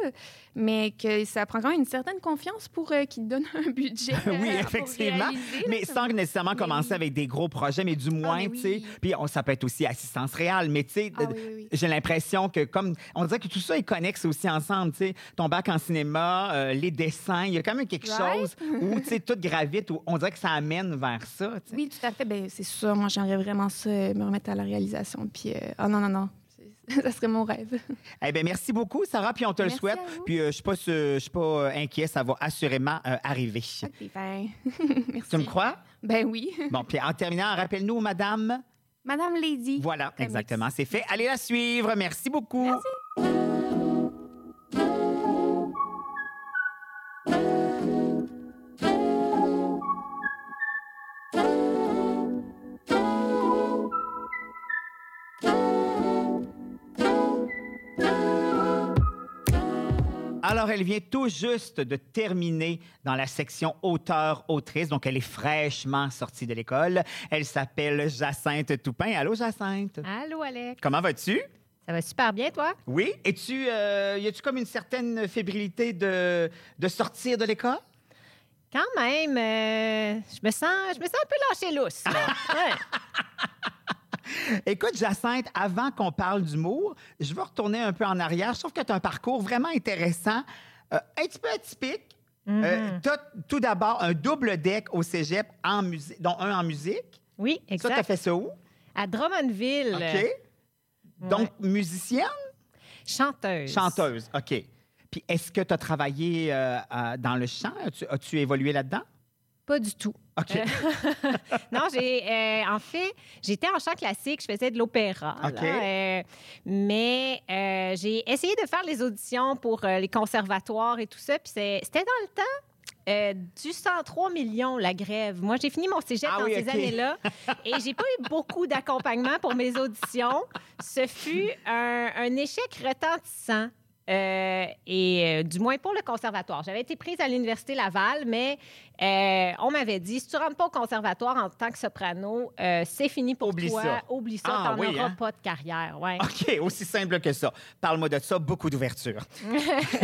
[SPEAKER 4] Mais que ça prend quand même une certaine confiance pour euh, qu'ils te donnent un budget.
[SPEAKER 2] Oui,
[SPEAKER 4] euh, pour
[SPEAKER 2] effectivement.
[SPEAKER 4] réaliser, là.
[SPEAKER 2] Mais sans que nécessairement
[SPEAKER 4] Mais
[SPEAKER 2] commencer
[SPEAKER 4] oui. Ah,
[SPEAKER 2] avec des gros projets, mais du moins,
[SPEAKER 4] mais
[SPEAKER 2] tu sais.
[SPEAKER 4] oui.
[SPEAKER 2] Puis on, ça peut être aussi assistance réelle, mais tu sais,
[SPEAKER 4] Ah
[SPEAKER 2] de-
[SPEAKER 4] oui, oui, oui.
[SPEAKER 2] j'ai l'impression que comme on dirait que tout ça est connexe aussi ensemble, tu sais, ton bac en cinéma, euh, les dessins, il y a quand même quelque
[SPEAKER 4] Right?
[SPEAKER 2] chose où tu sais tout gravite ou on dirait que ça amène vers ça. tu sais.
[SPEAKER 4] Oui, tout à fait. Ben, c'est sûr. Moi, j'aimerais vraiment ça, euh, me remettre à la réalisation. Puis, euh, oh non, non, non. C'est- ça serait mon rêve.
[SPEAKER 2] Eh bien, merci beaucoup, Sarah, puis on te le
[SPEAKER 4] Merci
[SPEAKER 2] souhaite.
[SPEAKER 4] à vous.
[SPEAKER 2] Puis euh, je ne suis pas, su- je suis pas euh, inquiet, ça va assurément euh, arriver.
[SPEAKER 4] Ok, ben, merci.
[SPEAKER 2] Tu me crois?
[SPEAKER 4] Ben oui.
[SPEAKER 2] Bon, puis en terminant, rappelle-nous, madame.
[SPEAKER 4] Madame Lady.
[SPEAKER 2] Voilà,
[SPEAKER 4] Comics.
[SPEAKER 2] exactement, c'est fait. Allez la suivre. Merci beaucoup. Alors, elle vient tout juste de terminer dans la section auteur-autrice, donc elle est fraîchement sortie de l'école. Elle s'appelle Jacinthe Toupin. Allô, Jacinthe?
[SPEAKER 5] Allô, Alex.
[SPEAKER 2] Comment vas-tu?
[SPEAKER 5] Ça va super bien, toi?
[SPEAKER 2] Oui. Et tu, euh, y a-tu comme une certaine fébrilité de, de sortir de l'école?
[SPEAKER 5] Quand même, euh, je, me sens, je me sens un peu lâché lousse. là. Ouais.
[SPEAKER 2] Écoute, Jacinthe, avant qu'on parle d'humour, je veux retourner un peu en arrière. Je trouve que tu as un parcours vraiment intéressant, euh, un petit peu atypique.
[SPEAKER 5] Mhm.
[SPEAKER 2] tu tout d'abord un double deck au cégep, en musique, dont un en musique.
[SPEAKER 5] Oui,
[SPEAKER 2] Ça, tu as
[SPEAKER 5] exact.
[SPEAKER 2] fait ça où?
[SPEAKER 5] À Drummondville, euh,
[SPEAKER 2] OK. Donc, musicienne,
[SPEAKER 5] chanteuse.
[SPEAKER 2] chanteuse. OK. Puis, est-ce que tu as travaillé euh, à- dans le chant? As-tu, as-tu évolué là-dedans?
[SPEAKER 5] Pas du tout.
[SPEAKER 2] OK.
[SPEAKER 5] non, j'ai euh, en fait, j'étais en chant classique, je faisais de l'opéra. là,
[SPEAKER 2] OK.
[SPEAKER 5] euh, mais euh, j'ai essayé de faire les auditions pour euh, les conservatoires et tout ça, puis c'est- c'était dans le temps. euh, du 103 millions, la grève. Moi, j'ai fini mon cégep
[SPEAKER 2] Ah
[SPEAKER 5] dans
[SPEAKER 2] oui,
[SPEAKER 5] ces
[SPEAKER 2] OK.
[SPEAKER 5] années-là et j'ai pas eu beaucoup d'accompagnement pour mes auditions. Ce fut un, un échec retentissant. euh, et euh, du moins pour le conservatoire. J'avais été prise à l'Université Laval, mais euh, on m'avait dit, si tu rentres pas au conservatoire en tant que soprano, euh, c'est fini pour
[SPEAKER 2] Oublie
[SPEAKER 5] toi.
[SPEAKER 2] ça.
[SPEAKER 5] Oublie ça,
[SPEAKER 2] Ah
[SPEAKER 5] t'en
[SPEAKER 2] oui,
[SPEAKER 5] auras
[SPEAKER 2] hein?
[SPEAKER 5] pas de carrière. Ouais.
[SPEAKER 2] OK, aussi simple que ça. Parle-moi de ça, beaucoup d'ouverture.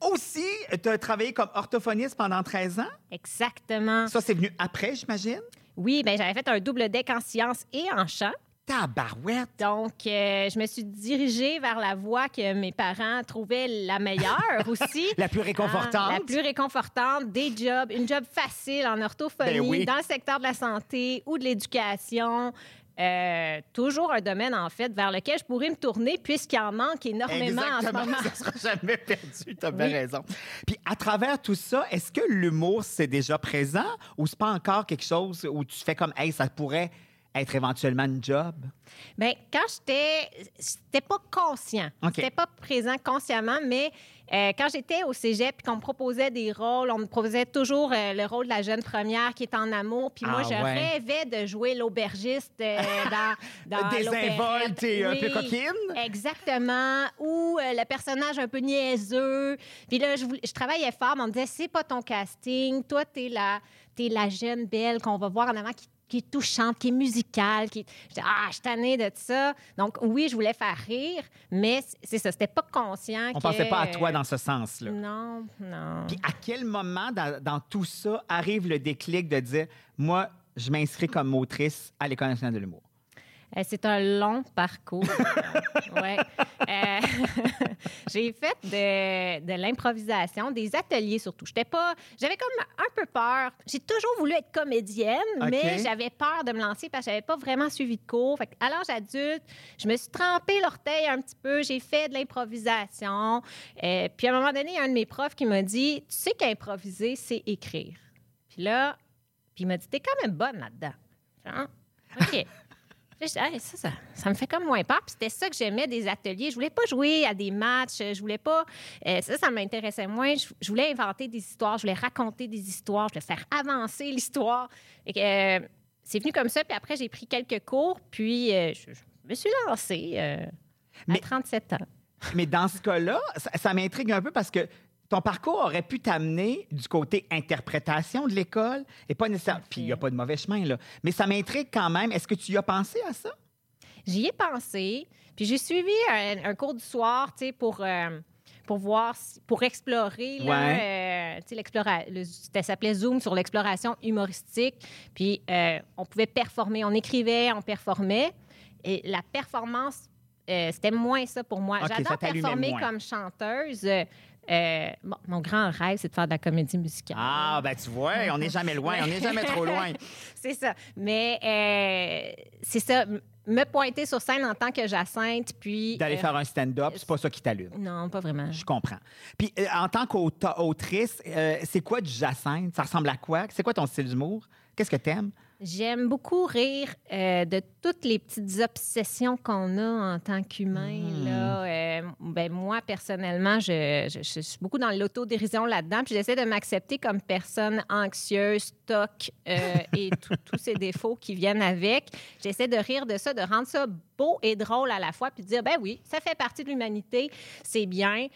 [SPEAKER 2] Aussi, tu as travaillé comme orthophoniste pendant 13 ans.
[SPEAKER 5] Exactement.
[SPEAKER 2] Ça, c'est venu après, j'imagine?
[SPEAKER 5] Oui, ben, j'avais fait un double deck en sciences et en chant.
[SPEAKER 2] Tabarouette!
[SPEAKER 5] Donc, euh, je me suis dirigée vers la voie que mes parents trouvaient la meilleure aussi.
[SPEAKER 2] La plus réconfortante.
[SPEAKER 5] Ah, la plus réconfortante, des jobs, une job facile en
[SPEAKER 2] Ben
[SPEAKER 5] orthophonie,
[SPEAKER 2] oui.
[SPEAKER 5] dans le secteur de la santé ou de l'éducation. Euh, toujours un domaine, en fait, vers lequel je pourrais me tourner puisqu'il en manque énormément
[SPEAKER 2] Exactement,
[SPEAKER 5] en ce moment.
[SPEAKER 2] ça sera jamais perdu, t'as bien
[SPEAKER 5] Oui.
[SPEAKER 2] raison. Puis à travers tout ça, est-ce que l'humour, c'est déjà présent ou c'est pas encore quelque chose où tu fais comme, hey, ça pourrait être éventuellement une job?
[SPEAKER 5] Bien, Ben, quand j'étais, c'était pas conscient.
[SPEAKER 2] OK.
[SPEAKER 5] C'était pas présent consciemment, mais euh, quand j'étais au cégep puis qu'on me proposait des rôles, on me proposait toujours euh, le rôle de la jeune première qui est en amour. Puis moi,
[SPEAKER 2] Ah
[SPEAKER 5] je
[SPEAKER 2] ouais.
[SPEAKER 5] rêvais de jouer l'aubergiste euh, dans, dans
[SPEAKER 2] Désinvolte et un
[SPEAKER 5] l'opérette.
[SPEAKER 2] peu
[SPEAKER 5] Oui.
[SPEAKER 2] coquine?
[SPEAKER 5] Exactement. Ou euh, le personnage un peu niaiseux. Puis là, je, voulais- je travaillais fort, mais on me disait, c'est pas ton casting. Toi, t'es la, t'es la jeune belle qu'on va voir en avant qui, qui est touchante, qui est musicale. Qui... Je dis, ah, je suis tannée de ça. Donc, oui, je voulais faire rire, mais c- c'est ça, c'était pas conscient.
[SPEAKER 2] On
[SPEAKER 5] que-
[SPEAKER 2] pensait pas à toi dans ce sens-là.
[SPEAKER 5] Non, non.
[SPEAKER 2] Puis à quel moment dans, dans tout ça arrive le déclic de dire, moi, je m'inscris comme autrice à l'École nationale de l'humour?
[SPEAKER 5] Euh, C'est un long parcours. ouais. Euh, j'ai fait de, de l'improvisation, des ateliers surtout. J'étais pas, j'avais comme un peu peur. J'ai toujours voulu être comédienne,
[SPEAKER 2] OK.
[SPEAKER 5] mais j'avais peur de me lancer parce que j'avais pas vraiment suivi de cours. Fait que à l'âge adulte, je me suis trempé l'orteil un petit peu. J'ai fait de l'improvisation. Euh, puis à un moment donné, il y a un de mes profs qui m'a dit, tu sais qu'improviser, c'est écrire. Puis là, puis il m'a dit, t'es quand même bonne là-dedans. J'ai dit, Ah, OK. Puis j'ai dit, Hey, ça, ça, ça me fait comme moins peur. Puis c'était ça que j'aimais des ateliers. Je voulais pas jouer à des matchs. Je voulais pas. euh, ça, ça m'intéressait moins. Je, je voulais inventer des histoires. Je voulais raconter des histoires. Je voulais faire avancer l'histoire. Fait que, euh, c'est venu comme ça. Puis après, j'ai pris quelques cours. Puis euh, je, je me suis lancée euh,
[SPEAKER 2] Mais-
[SPEAKER 5] à 37 ans.
[SPEAKER 2] Mais dans ce cas-là, ça, ça m'intrigue un peu parce que ton parcours aurait pu t'amener du côté interprétation de l'école et pas nécessairement. Puis il n'y a pas de mauvais chemin, là. Mais ça m'intrigue quand même. Est-ce que tu y as pensé à ça?
[SPEAKER 5] J'y ai pensé, puis j'ai suivi un, un cours du soir, tu sais, pour, euh, pour voir, si- pour explorer, là, euh, tu sais, l'explora- le- ça s'appelait Zoom sur l'exploration humoristique, puis euh, on pouvait performer, on écrivait, on performait, et la performance, euh, c'était moins ça pour moi.
[SPEAKER 2] OK, ça
[SPEAKER 5] J'adore
[SPEAKER 2] t'allumait
[SPEAKER 5] performer
[SPEAKER 2] moins.
[SPEAKER 5] comme chanteuse, euh, Euh, bon, mon grand rêve, c'est de faire de la comédie musicale.
[SPEAKER 2] Ah, ben tu vois, on n'est jamais loin, on n'est jamais trop loin.
[SPEAKER 5] C'est ça. Mais euh, c'est ça, m- me pointer sur scène en tant que Jacinthe, puis...
[SPEAKER 2] D'aller
[SPEAKER 5] euh,
[SPEAKER 2] faire un stand-up, c'est pas ça qui t'allume.
[SPEAKER 5] Non, pas vraiment.
[SPEAKER 2] Je comprends. Puis, euh, en tant qu'autrice, c'est quoi du Jacinthe? Ça ressemble à quoi? C'est quoi ton style d'humour? Qu'est-ce que t'aimes?
[SPEAKER 5] J'aime beaucoup rire euh, de toutes les petites obsessions qu'on a en tant qu'humain.
[SPEAKER 2] Hmm.
[SPEAKER 5] là. Euh, ben, moi, personnellement, je, je- je suis beaucoup dans l'autodérision là-dedans. Puis j'essaie de m'accepter comme personne anxieuse, toc euh, et tout- tous ces défauts qui viennent avec. J'essaie de rire de ça, de rendre ça beau et drôle à la fois, puis de dire, ben oui, ça fait partie de l'humanité, c'est bien.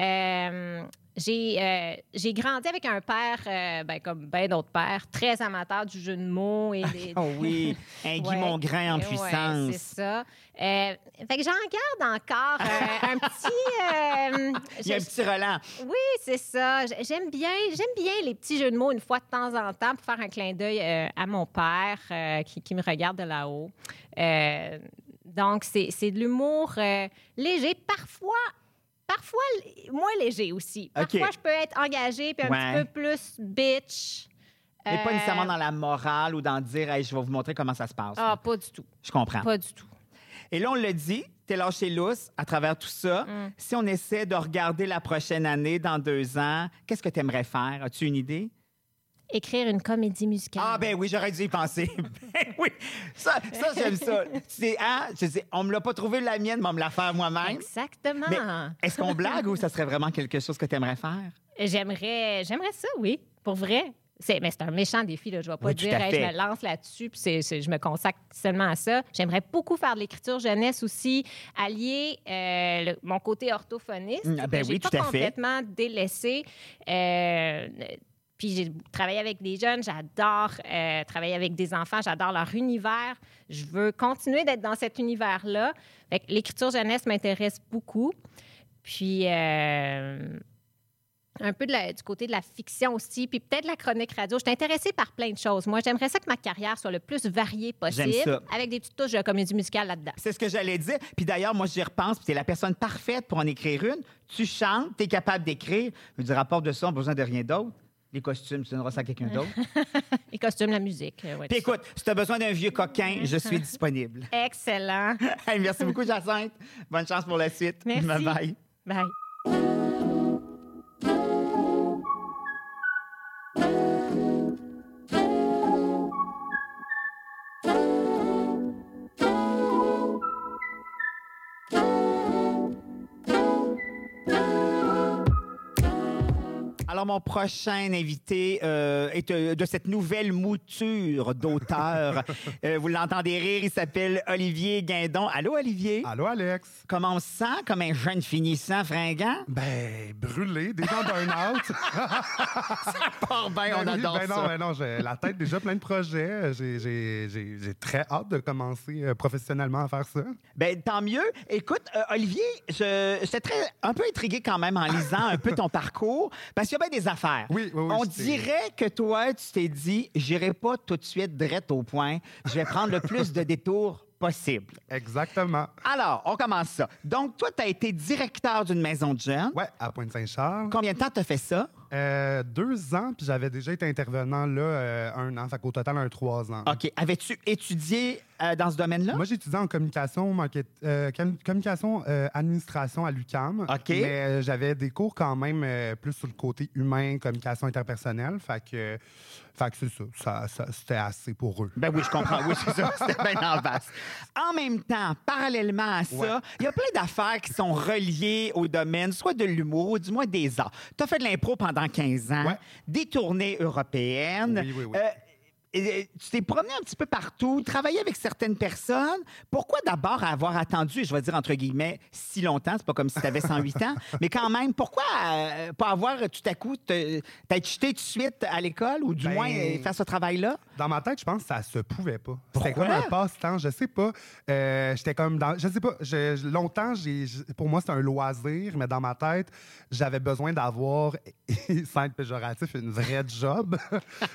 [SPEAKER 5] Euh, j'ai, euh, j'ai grandi avec un père, euh, ben, comme bien d'autres pères, très amateur du jeu de mots et des,
[SPEAKER 2] Oh oui, un Guy
[SPEAKER 5] Ouais. Eh
[SPEAKER 2] Mongrain en
[SPEAKER 5] Ouais,
[SPEAKER 2] puissance.
[SPEAKER 5] c'est ça. Euh, fait que j'en garde encore euh, un petit. euh,
[SPEAKER 2] Il y a un
[SPEAKER 5] je-
[SPEAKER 2] petit relent.
[SPEAKER 5] oui, c'est ça. J- J'aime bien, j'aime bien les petits jeux de mots une fois de temps en temps pour faire un clin d'œil euh, à mon père euh, qui, qui me regarde de là-haut. Euh, donc, c'est c'est de l'humour euh, léger, parfois. Parfois, l- moins léger aussi.
[SPEAKER 2] OK.
[SPEAKER 5] Parfois, je peux être engagée puis un
[SPEAKER 2] Ouais.
[SPEAKER 5] petit peu plus bitch.
[SPEAKER 2] Mais pas
[SPEAKER 5] Euh,
[SPEAKER 2] nécessairement dans la morale ou dans dire, Hey, je vais vous montrer comment ça se passe.
[SPEAKER 5] Ah, pas du tout.
[SPEAKER 2] Je comprends.
[SPEAKER 5] Pas du tout.
[SPEAKER 2] Et là, on le dit, t'es lâché lousse à travers tout ça.
[SPEAKER 5] Mm.
[SPEAKER 2] Si on essaie de regarder la prochaine année, dans deux ans, qu'est-ce que t'aimerais faire? As-tu une idée?
[SPEAKER 5] Écrire une comédie musicale.
[SPEAKER 2] Ah ben oui, j'aurais dû y penser. ben oui, ça, ça j'aime ça. Tu sais, hein, je dis, on me l'a pas trouvé la mienne, mais on me l'a fait moi-même.
[SPEAKER 5] Exactement.
[SPEAKER 2] hein? Mais est-ce qu'on blague ou ça serait vraiment quelque chose que tu aimerais faire?
[SPEAKER 5] J'aimerais, j'aimerais ça, oui, pour vrai. C'est, mais c'est un méchant défi, là. je ne vais pas
[SPEAKER 2] Oui, tout
[SPEAKER 5] dire
[SPEAKER 2] à
[SPEAKER 5] Hey,
[SPEAKER 2] fait.
[SPEAKER 5] je me lance là-dessus, puis c'est- c'est- je me consacre seulement à ça. J'aimerais beaucoup faire de l'écriture jeunesse aussi, allier euh, le- mon côté orthophoniste,
[SPEAKER 2] Mm, ben
[SPEAKER 5] que j'ai
[SPEAKER 2] oui,
[SPEAKER 5] pas
[SPEAKER 2] tout à fait.
[SPEAKER 5] complètement délaissé. Euh, puis j'ai travaillé avec des jeunes, j'adore euh, travailler avec des enfants, j'adore leur univers. Je veux continuer d'être dans cet univers-là. Fait que L'écriture jeunesse m'intéresse beaucoup. Puis euh, un peu de la- du côté de la fiction aussi, puis peut-être de la chronique radio. Je suis intéressée par plein de choses. Moi, j'aimerais ça que ma carrière soit le plus variée possible,
[SPEAKER 2] J'aime ça.
[SPEAKER 5] avec des petites touches de comédie musicale là-dedans.
[SPEAKER 2] C'est ce que j'allais dire. Puis d'ailleurs, moi, j'y repense, puis t'es la personne parfaite pour en écrire une. Tu chantes, t'es capable d'écrire. Je veux dire, à part de ça, on n'a besoin de rien d'autre. Les costumes, tu donneras ça à quelqu'un d'autre.
[SPEAKER 5] Les costumes, la musique. euh, ouais,
[SPEAKER 2] Puis
[SPEAKER 5] tout ça.
[SPEAKER 2] écoute, si tu as besoin d'un vieux coquin, je suis disponible.
[SPEAKER 5] Excellent.
[SPEAKER 2] Hey, merci beaucoup, Jacinthe. Bonne chance pour la suite.
[SPEAKER 5] Merci.
[SPEAKER 2] Bye-bye.
[SPEAKER 5] Bye.
[SPEAKER 2] Alors, mon prochain invité euh, est euh, de cette nouvelle mouture d'auteur. Euh, vous l'entendez rire, il s'appelle Olivier Guindon. Allô, Olivier?
[SPEAKER 6] Allô, Alex?
[SPEAKER 2] Comment on se sent comme un jeune finissant fringant?
[SPEAKER 6] Ben, brûlé, déjà burn-out.
[SPEAKER 2] Pas bien, on
[SPEAKER 6] Ben oui,
[SPEAKER 2] adore
[SPEAKER 6] ben non,
[SPEAKER 2] ça.
[SPEAKER 6] ben non, j'ai la tête déjà plein de projets. J'ai- J'ai j'ai- j'ai très hâte de commencer euh, professionnellement à faire ça.
[SPEAKER 2] Ben, tant mieux. Écoute, euh, Olivier, je- j'étais très un peu intrigué quand même en lisant un peu ton parcours, parce qu'il y a bien des affaires.
[SPEAKER 6] Oui, oui, oui,
[SPEAKER 2] On
[SPEAKER 6] c'est-
[SPEAKER 2] dirait que toi, tu t'es dit, j'irai pas tout de suite direct au point. Je vais prendre le plus de détours possible.
[SPEAKER 6] Exactement.
[SPEAKER 2] Alors, on commence ça. Donc, toi, tu as été directeur d'une maison de jeunes.
[SPEAKER 6] Ouais, à Pointe-Saint-Charles.
[SPEAKER 2] Combien de temps t'as fait ça?
[SPEAKER 6] Euh, deux ans, puis j'avais déjà été intervenant là euh, un an, fait qu'au total un trois ans.
[SPEAKER 2] OK. Avais-tu étudié euh, dans ce domaine-là?
[SPEAKER 6] Moi, j'ai étudié en communication, market- euh, com- communication euh, administration à l'UCAM.
[SPEAKER 2] OK.
[SPEAKER 6] Mais euh, j'avais des cours quand même euh, plus sur le côté humain, communication interpersonnelle. Fait que, fait que c'est ça. ça, ça- C'était assez pour eux.
[SPEAKER 2] Ben oui, je comprends. Oui, c'est ça. C'était bien en face. En même temps, parallèlement à ça, il
[SPEAKER 6] Ouais.
[SPEAKER 2] y a plein d'affaires qui sont reliées au domaine, soit de l'humour, ou du moins des arts. Tu as fait de l'impro pendant 15 ans,
[SPEAKER 6] Ouais.
[SPEAKER 2] des tournées européennes.
[SPEAKER 6] Oui, oui, oui.
[SPEAKER 2] Euh, et, euh, tu t'es promené un petit peu partout, travaillé avec certaines personnes. Pourquoi d'abord avoir attendu, je vais dire entre guillemets, si longtemps? C'est pas comme si tu avais 108 ans, mais quand même, pourquoi euh, pas avoir tout à coup, te- t'être jeté tout de suite à l'école ou du
[SPEAKER 6] Ben,
[SPEAKER 2] moins euh, faire ce travail-là?
[SPEAKER 6] Dans ma tête, je pense que ça se pouvait pas. C'était comme un passe-temps, je sais pas. Euh, j'étais comme dans. Je sais pas. je- je- longtemps, j'ai, j'- pour moi, c'était un loisir, mais dans ma tête, j'avais besoin d'avoir, sans être péjoratif, une vraie job.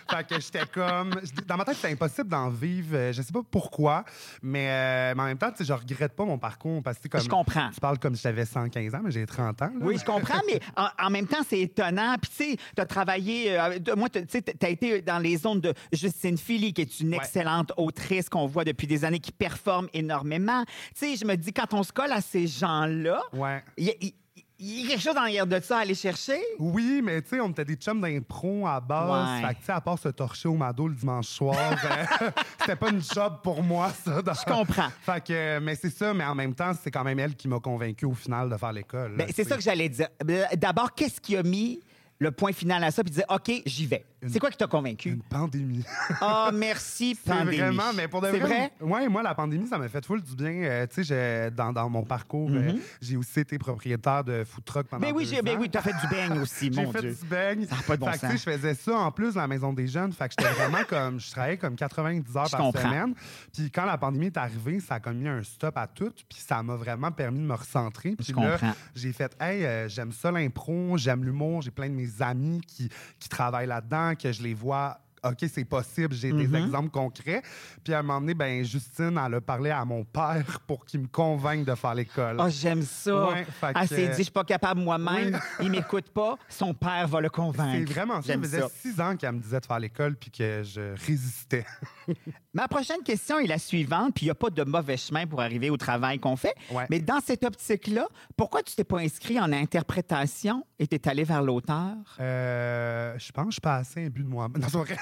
[SPEAKER 6] fait que j'étais comme. Dans ma tête, c'était impossible d'en vivre. euh, Je sais pas pourquoi, mais, euh, mais en même temps, tu sais, je regrette pas mon parcours parce que tu sais, comme.
[SPEAKER 2] Je comprends.
[SPEAKER 6] Tu parles comme si j'avais 115 ans, mais j'ai 30 ans. là.
[SPEAKER 2] Oui, je comprends, mais en, en même temps, c'est étonnant. Puis, tu sais, tu as travaillé. euh, de- moi, tu sais, tu as été dans les zones de Justine Philly, qui est une
[SPEAKER 6] Ouais.
[SPEAKER 2] excellente autrice qu'on voit depuis des années, qui performe énormément. Tu sais, je me dis, quand on se colle à ces gens-là,
[SPEAKER 6] Ouais.
[SPEAKER 2] il y, a- il- il y a quelque chose en l'air de ça à aller chercher.
[SPEAKER 6] Oui, mais tu sais, on était des chums d'impro à base.
[SPEAKER 2] Ouais.
[SPEAKER 6] Fait que tu sais, à part se torcher au mado le dimanche soir, euh, c'était pas une job pour moi, ça. dans-
[SPEAKER 2] Je comprends.
[SPEAKER 6] Fait que, euh, mais c'est ça, mais en même temps, c'est quand même elle qui m'a convaincu au final de faire l'école.
[SPEAKER 2] Ben, c'est ça que j'allais dire. Ben, D'abord, qu'est-ce qui a mis le point final à ça, puis dire, OK, j'y vais. C'est quoi qui t'a convaincu?
[SPEAKER 6] Une pandémie.
[SPEAKER 2] Ah, merci,
[SPEAKER 6] C'est
[SPEAKER 2] pandémie.
[SPEAKER 6] Vraiment, mais pour de
[SPEAKER 2] C'est vrai?
[SPEAKER 6] Ouais, moi, la pandémie, ça m'a fait full du bien. Euh, tu sais, j'ai- dans, dans mon parcours, euh, j'ai aussi été propriétaire de food truck pendant
[SPEAKER 2] Mhm. Ben oui,
[SPEAKER 6] deux
[SPEAKER 2] j'ai- ben
[SPEAKER 6] ans.
[SPEAKER 2] oui, t'as fait du beigne aussi,
[SPEAKER 6] J'ai
[SPEAKER 2] mon
[SPEAKER 6] fait
[SPEAKER 2] Dieu.
[SPEAKER 6] du beigne.
[SPEAKER 2] Ça a pas de bon
[SPEAKER 6] Fait que, tu sais,
[SPEAKER 2] sens.
[SPEAKER 6] je faisais ça en plus dans la maison des jeunes. Fait que j'étais vraiment comme. Je travaillais comme 90 heures
[SPEAKER 2] Je
[SPEAKER 6] par
[SPEAKER 2] comprends.
[SPEAKER 6] semaine. Puis quand la pandémie est arrivée, ça a comme mis un stop à tout. Puis ça m'a vraiment permis de me recentrer. Puis
[SPEAKER 2] Je
[SPEAKER 6] là,
[SPEAKER 2] comprends.
[SPEAKER 6] j'ai fait Hey, euh, j'aime ça l'impro, j'aime l'humour. J'ai plein de mes amis qui, qui travaillent là-dedans, que je les vois. OK, c'est possible, j'ai des
[SPEAKER 2] Mm-hmm.
[SPEAKER 6] exemples concrets. Puis à un moment donné, ben, Justine, elle a parlé à mon père pour qu'il me convainque de faire l'école.
[SPEAKER 2] Ah, j'aime ça.
[SPEAKER 6] Ouais, fait
[SPEAKER 2] Elle
[SPEAKER 6] que-
[SPEAKER 2] s'est dit, je suis pas capable moi-même, il m'écoute pas, son père va le convaincre.
[SPEAKER 6] C'est vraiment ça. Ça
[SPEAKER 2] J'aime
[SPEAKER 6] faisait
[SPEAKER 2] ça.
[SPEAKER 6] six ans qu'elle me disait de faire l'école puis que je résistais.
[SPEAKER 2] Ma prochaine question est la suivante, puis il n'y a pas de mauvais chemin pour arriver au travail qu'on fait.
[SPEAKER 6] Ouais.
[SPEAKER 2] Mais dans cette optique-là, pourquoi tu t'es pas inscrit en interprétation et t'es allé vers l'auteur?
[SPEAKER 6] Euh, je pense que je suis pas assez imbu de moi. Non, c'est vrai.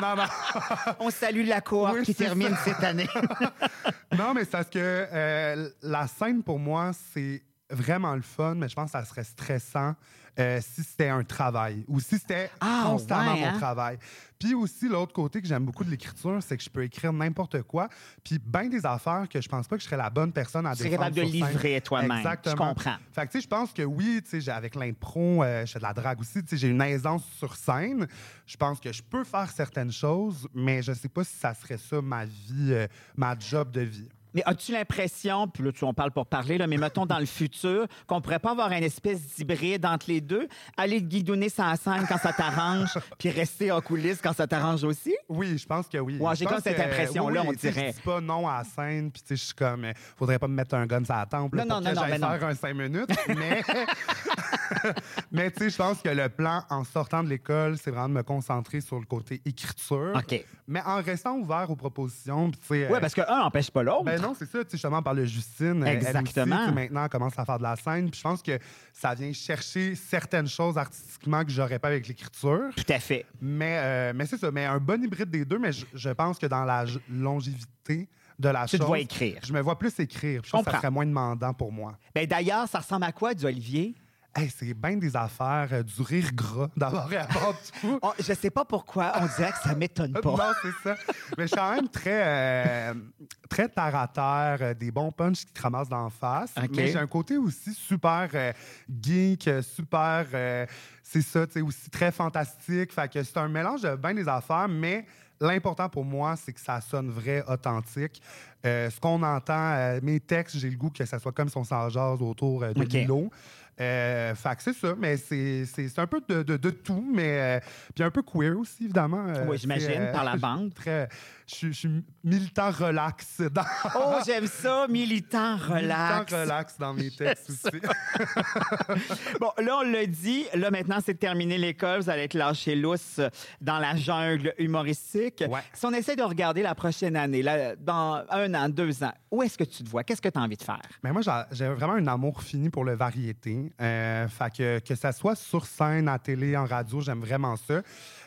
[SPEAKER 6] non, non.
[SPEAKER 2] On salue la cohorte
[SPEAKER 6] Ah. Oui,
[SPEAKER 2] qui
[SPEAKER 6] c'est
[SPEAKER 2] termine cette année.
[SPEAKER 6] Non, mais c'est parce que euh, la scène pour moi, c'est vraiment le fun, mais je pense que ça serait stressant euh, si c'était un travail ou si c'était
[SPEAKER 2] Ah,
[SPEAKER 6] constamment
[SPEAKER 2] ouais, hein?
[SPEAKER 6] mon travail. Puis aussi, l'autre côté que j'aime beaucoup de l'écriture, c'est que je peux écrire n'importe quoi, puis bien des affaires que je pense pas que je serais la bonne personne à
[SPEAKER 2] tu es
[SPEAKER 6] défendre
[SPEAKER 2] capable de
[SPEAKER 6] sur scène.
[SPEAKER 2] livrer toi-même. Je
[SPEAKER 6] Exactement.
[SPEAKER 2] comprends.
[SPEAKER 6] Fait que, tu sais, je pense que oui, tu sais, j'ai- avec l'impro, euh, je fais de la drague aussi, tu sais, j'ai une aisance sur scène. Je pense que je peux faire certaines choses, mais je sais pas si ça serait ça ma vie, euh, ma job de vie.
[SPEAKER 2] Mais as-tu l'impression, puis là, tu, on parle pour parler, là, mais mettons dans le futur, qu'on pourrait pas avoir une espèce d'hybride entre les deux? Aller te guidonner sans scène quand ça t'arrange, puis rester en coulisses quand ça t'arrange aussi?
[SPEAKER 6] Oui, je pense que oui.
[SPEAKER 2] Ouais,
[SPEAKER 6] Je
[SPEAKER 2] j'ai comme
[SPEAKER 6] pense
[SPEAKER 2] cette
[SPEAKER 6] que-
[SPEAKER 2] impression-là,
[SPEAKER 6] oui,
[SPEAKER 2] on
[SPEAKER 6] tu sais,
[SPEAKER 2] dirait.
[SPEAKER 6] Je dis pas non à la scène, puis tu sais, je suis comme, euh, faudrait pas me mettre un gun sur la tempe là,
[SPEAKER 2] Non,
[SPEAKER 6] pour
[SPEAKER 2] non,
[SPEAKER 6] que
[SPEAKER 2] non, non,
[SPEAKER 6] j'aille
[SPEAKER 2] mais non.
[SPEAKER 6] faire un cinq minutes, mais... mais tu sais, je pense que le plan en sortant de l'école, c'est vraiment de me concentrer sur le côté écriture,
[SPEAKER 2] OK. ben
[SPEAKER 6] mais en restant ouvert aux propositions, puis tu sais...
[SPEAKER 2] Oui,
[SPEAKER 6] euh,
[SPEAKER 2] parce qu'un n'empêche pas l'autre.
[SPEAKER 6] Ben non, c'est ça, tu sais, justement, par le Justine. euh, elle aussi,
[SPEAKER 2] Exactement.
[SPEAKER 6] tu sais, maintenant, elle commence à faire de la scène. Puis je pense que ça vient chercher certaines choses artistiquement que j'aurais pas avec l'écriture.
[SPEAKER 2] Tout à fait.
[SPEAKER 6] Mais, euh, mais c'est ça, mais un bon hybride des deux. Mais je, je pense que dans la j- longévité de la
[SPEAKER 2] Tu te
[SPEAKER 6] chose,
[SPEAKER 2] vois écrire.
[SPEAKER 6] je me vois plus écrire. Puis Je pense que
[SPEAKER 2] Comprends.
[SPEAKER 6] ça serait moins demandant pour moi.
[SPEAKER 2] Ben, D'ailleurs, ça ressemble à quoi, du Olivier?
[SPEAKER 6] Hey, c'est bien des affaires, euh, du rire gras, d'abord et avant tout.
[SPEAKER 2] On- Oh, je sais pas pourquoi, on dirait que ça m'étonne
[SPEAKER 6] Non,
[SPEAKER 2] pas.
[SPEAKER 6] c'est ça. Mais je suis quand même très, euh, très terre à terre, euh, des bons punchs qui te ramassent d'en face.
[SPEAKER 2] OK.
[SPEAKER 6] Mais j'ai un côté aussi super euh, geek, euh, super. euh, c'est ça, tu sais, aussi très fantastique. Fait que c'est un mélange de bien des affaires, mais. L'important pour moi, c'est que ça sonne vrai, authentique. Euh, ce qu'on entend, euh, mes textes, j'ai le goût que ça soit comme si on s'en jase autour euh, de
[SPEAKER 2] OK.
[SPEAKER 6] l'îlot. Euh, fait que c'est ça, mais c'est c'est- c'est un peu de, de- de tout, mais euh, puis un peu queer aussi, évidemment. euh,
[SPEAKER 2] Oui, j'imagine,
[SPEAKER 6] c'est, euh,
[SPEAKER 2] par la bande.
[SPEAKER 6] Très, je, suis- je suis militant relax dans,
[SPEAKER 2] Oh, j'aime ça, militant, relax.
[SPEAKER 6] militant relax dans mes textes aussi.
[SPEAKER 2] Bon, là, on l'a dit. Là, maintenant, c'est terminé l'école. Vous allez être lâché lousse euh, dans la jungle humoristique.
[SPEAKER 6] Ouais.
[SPEAKER 2] Si on essaie de regarder la prochaine année, là, dans un an, deux ans, où est-ce que tu te vois? Qu'est-ce que tu as envie de faire?
[SPEAKER 6] Mais moi, j'a- j'ai vraiment un amour fini pour le variété. Euh, fait que, que ça soit sur scène, à télé, en radio, j'aime vraiment ça.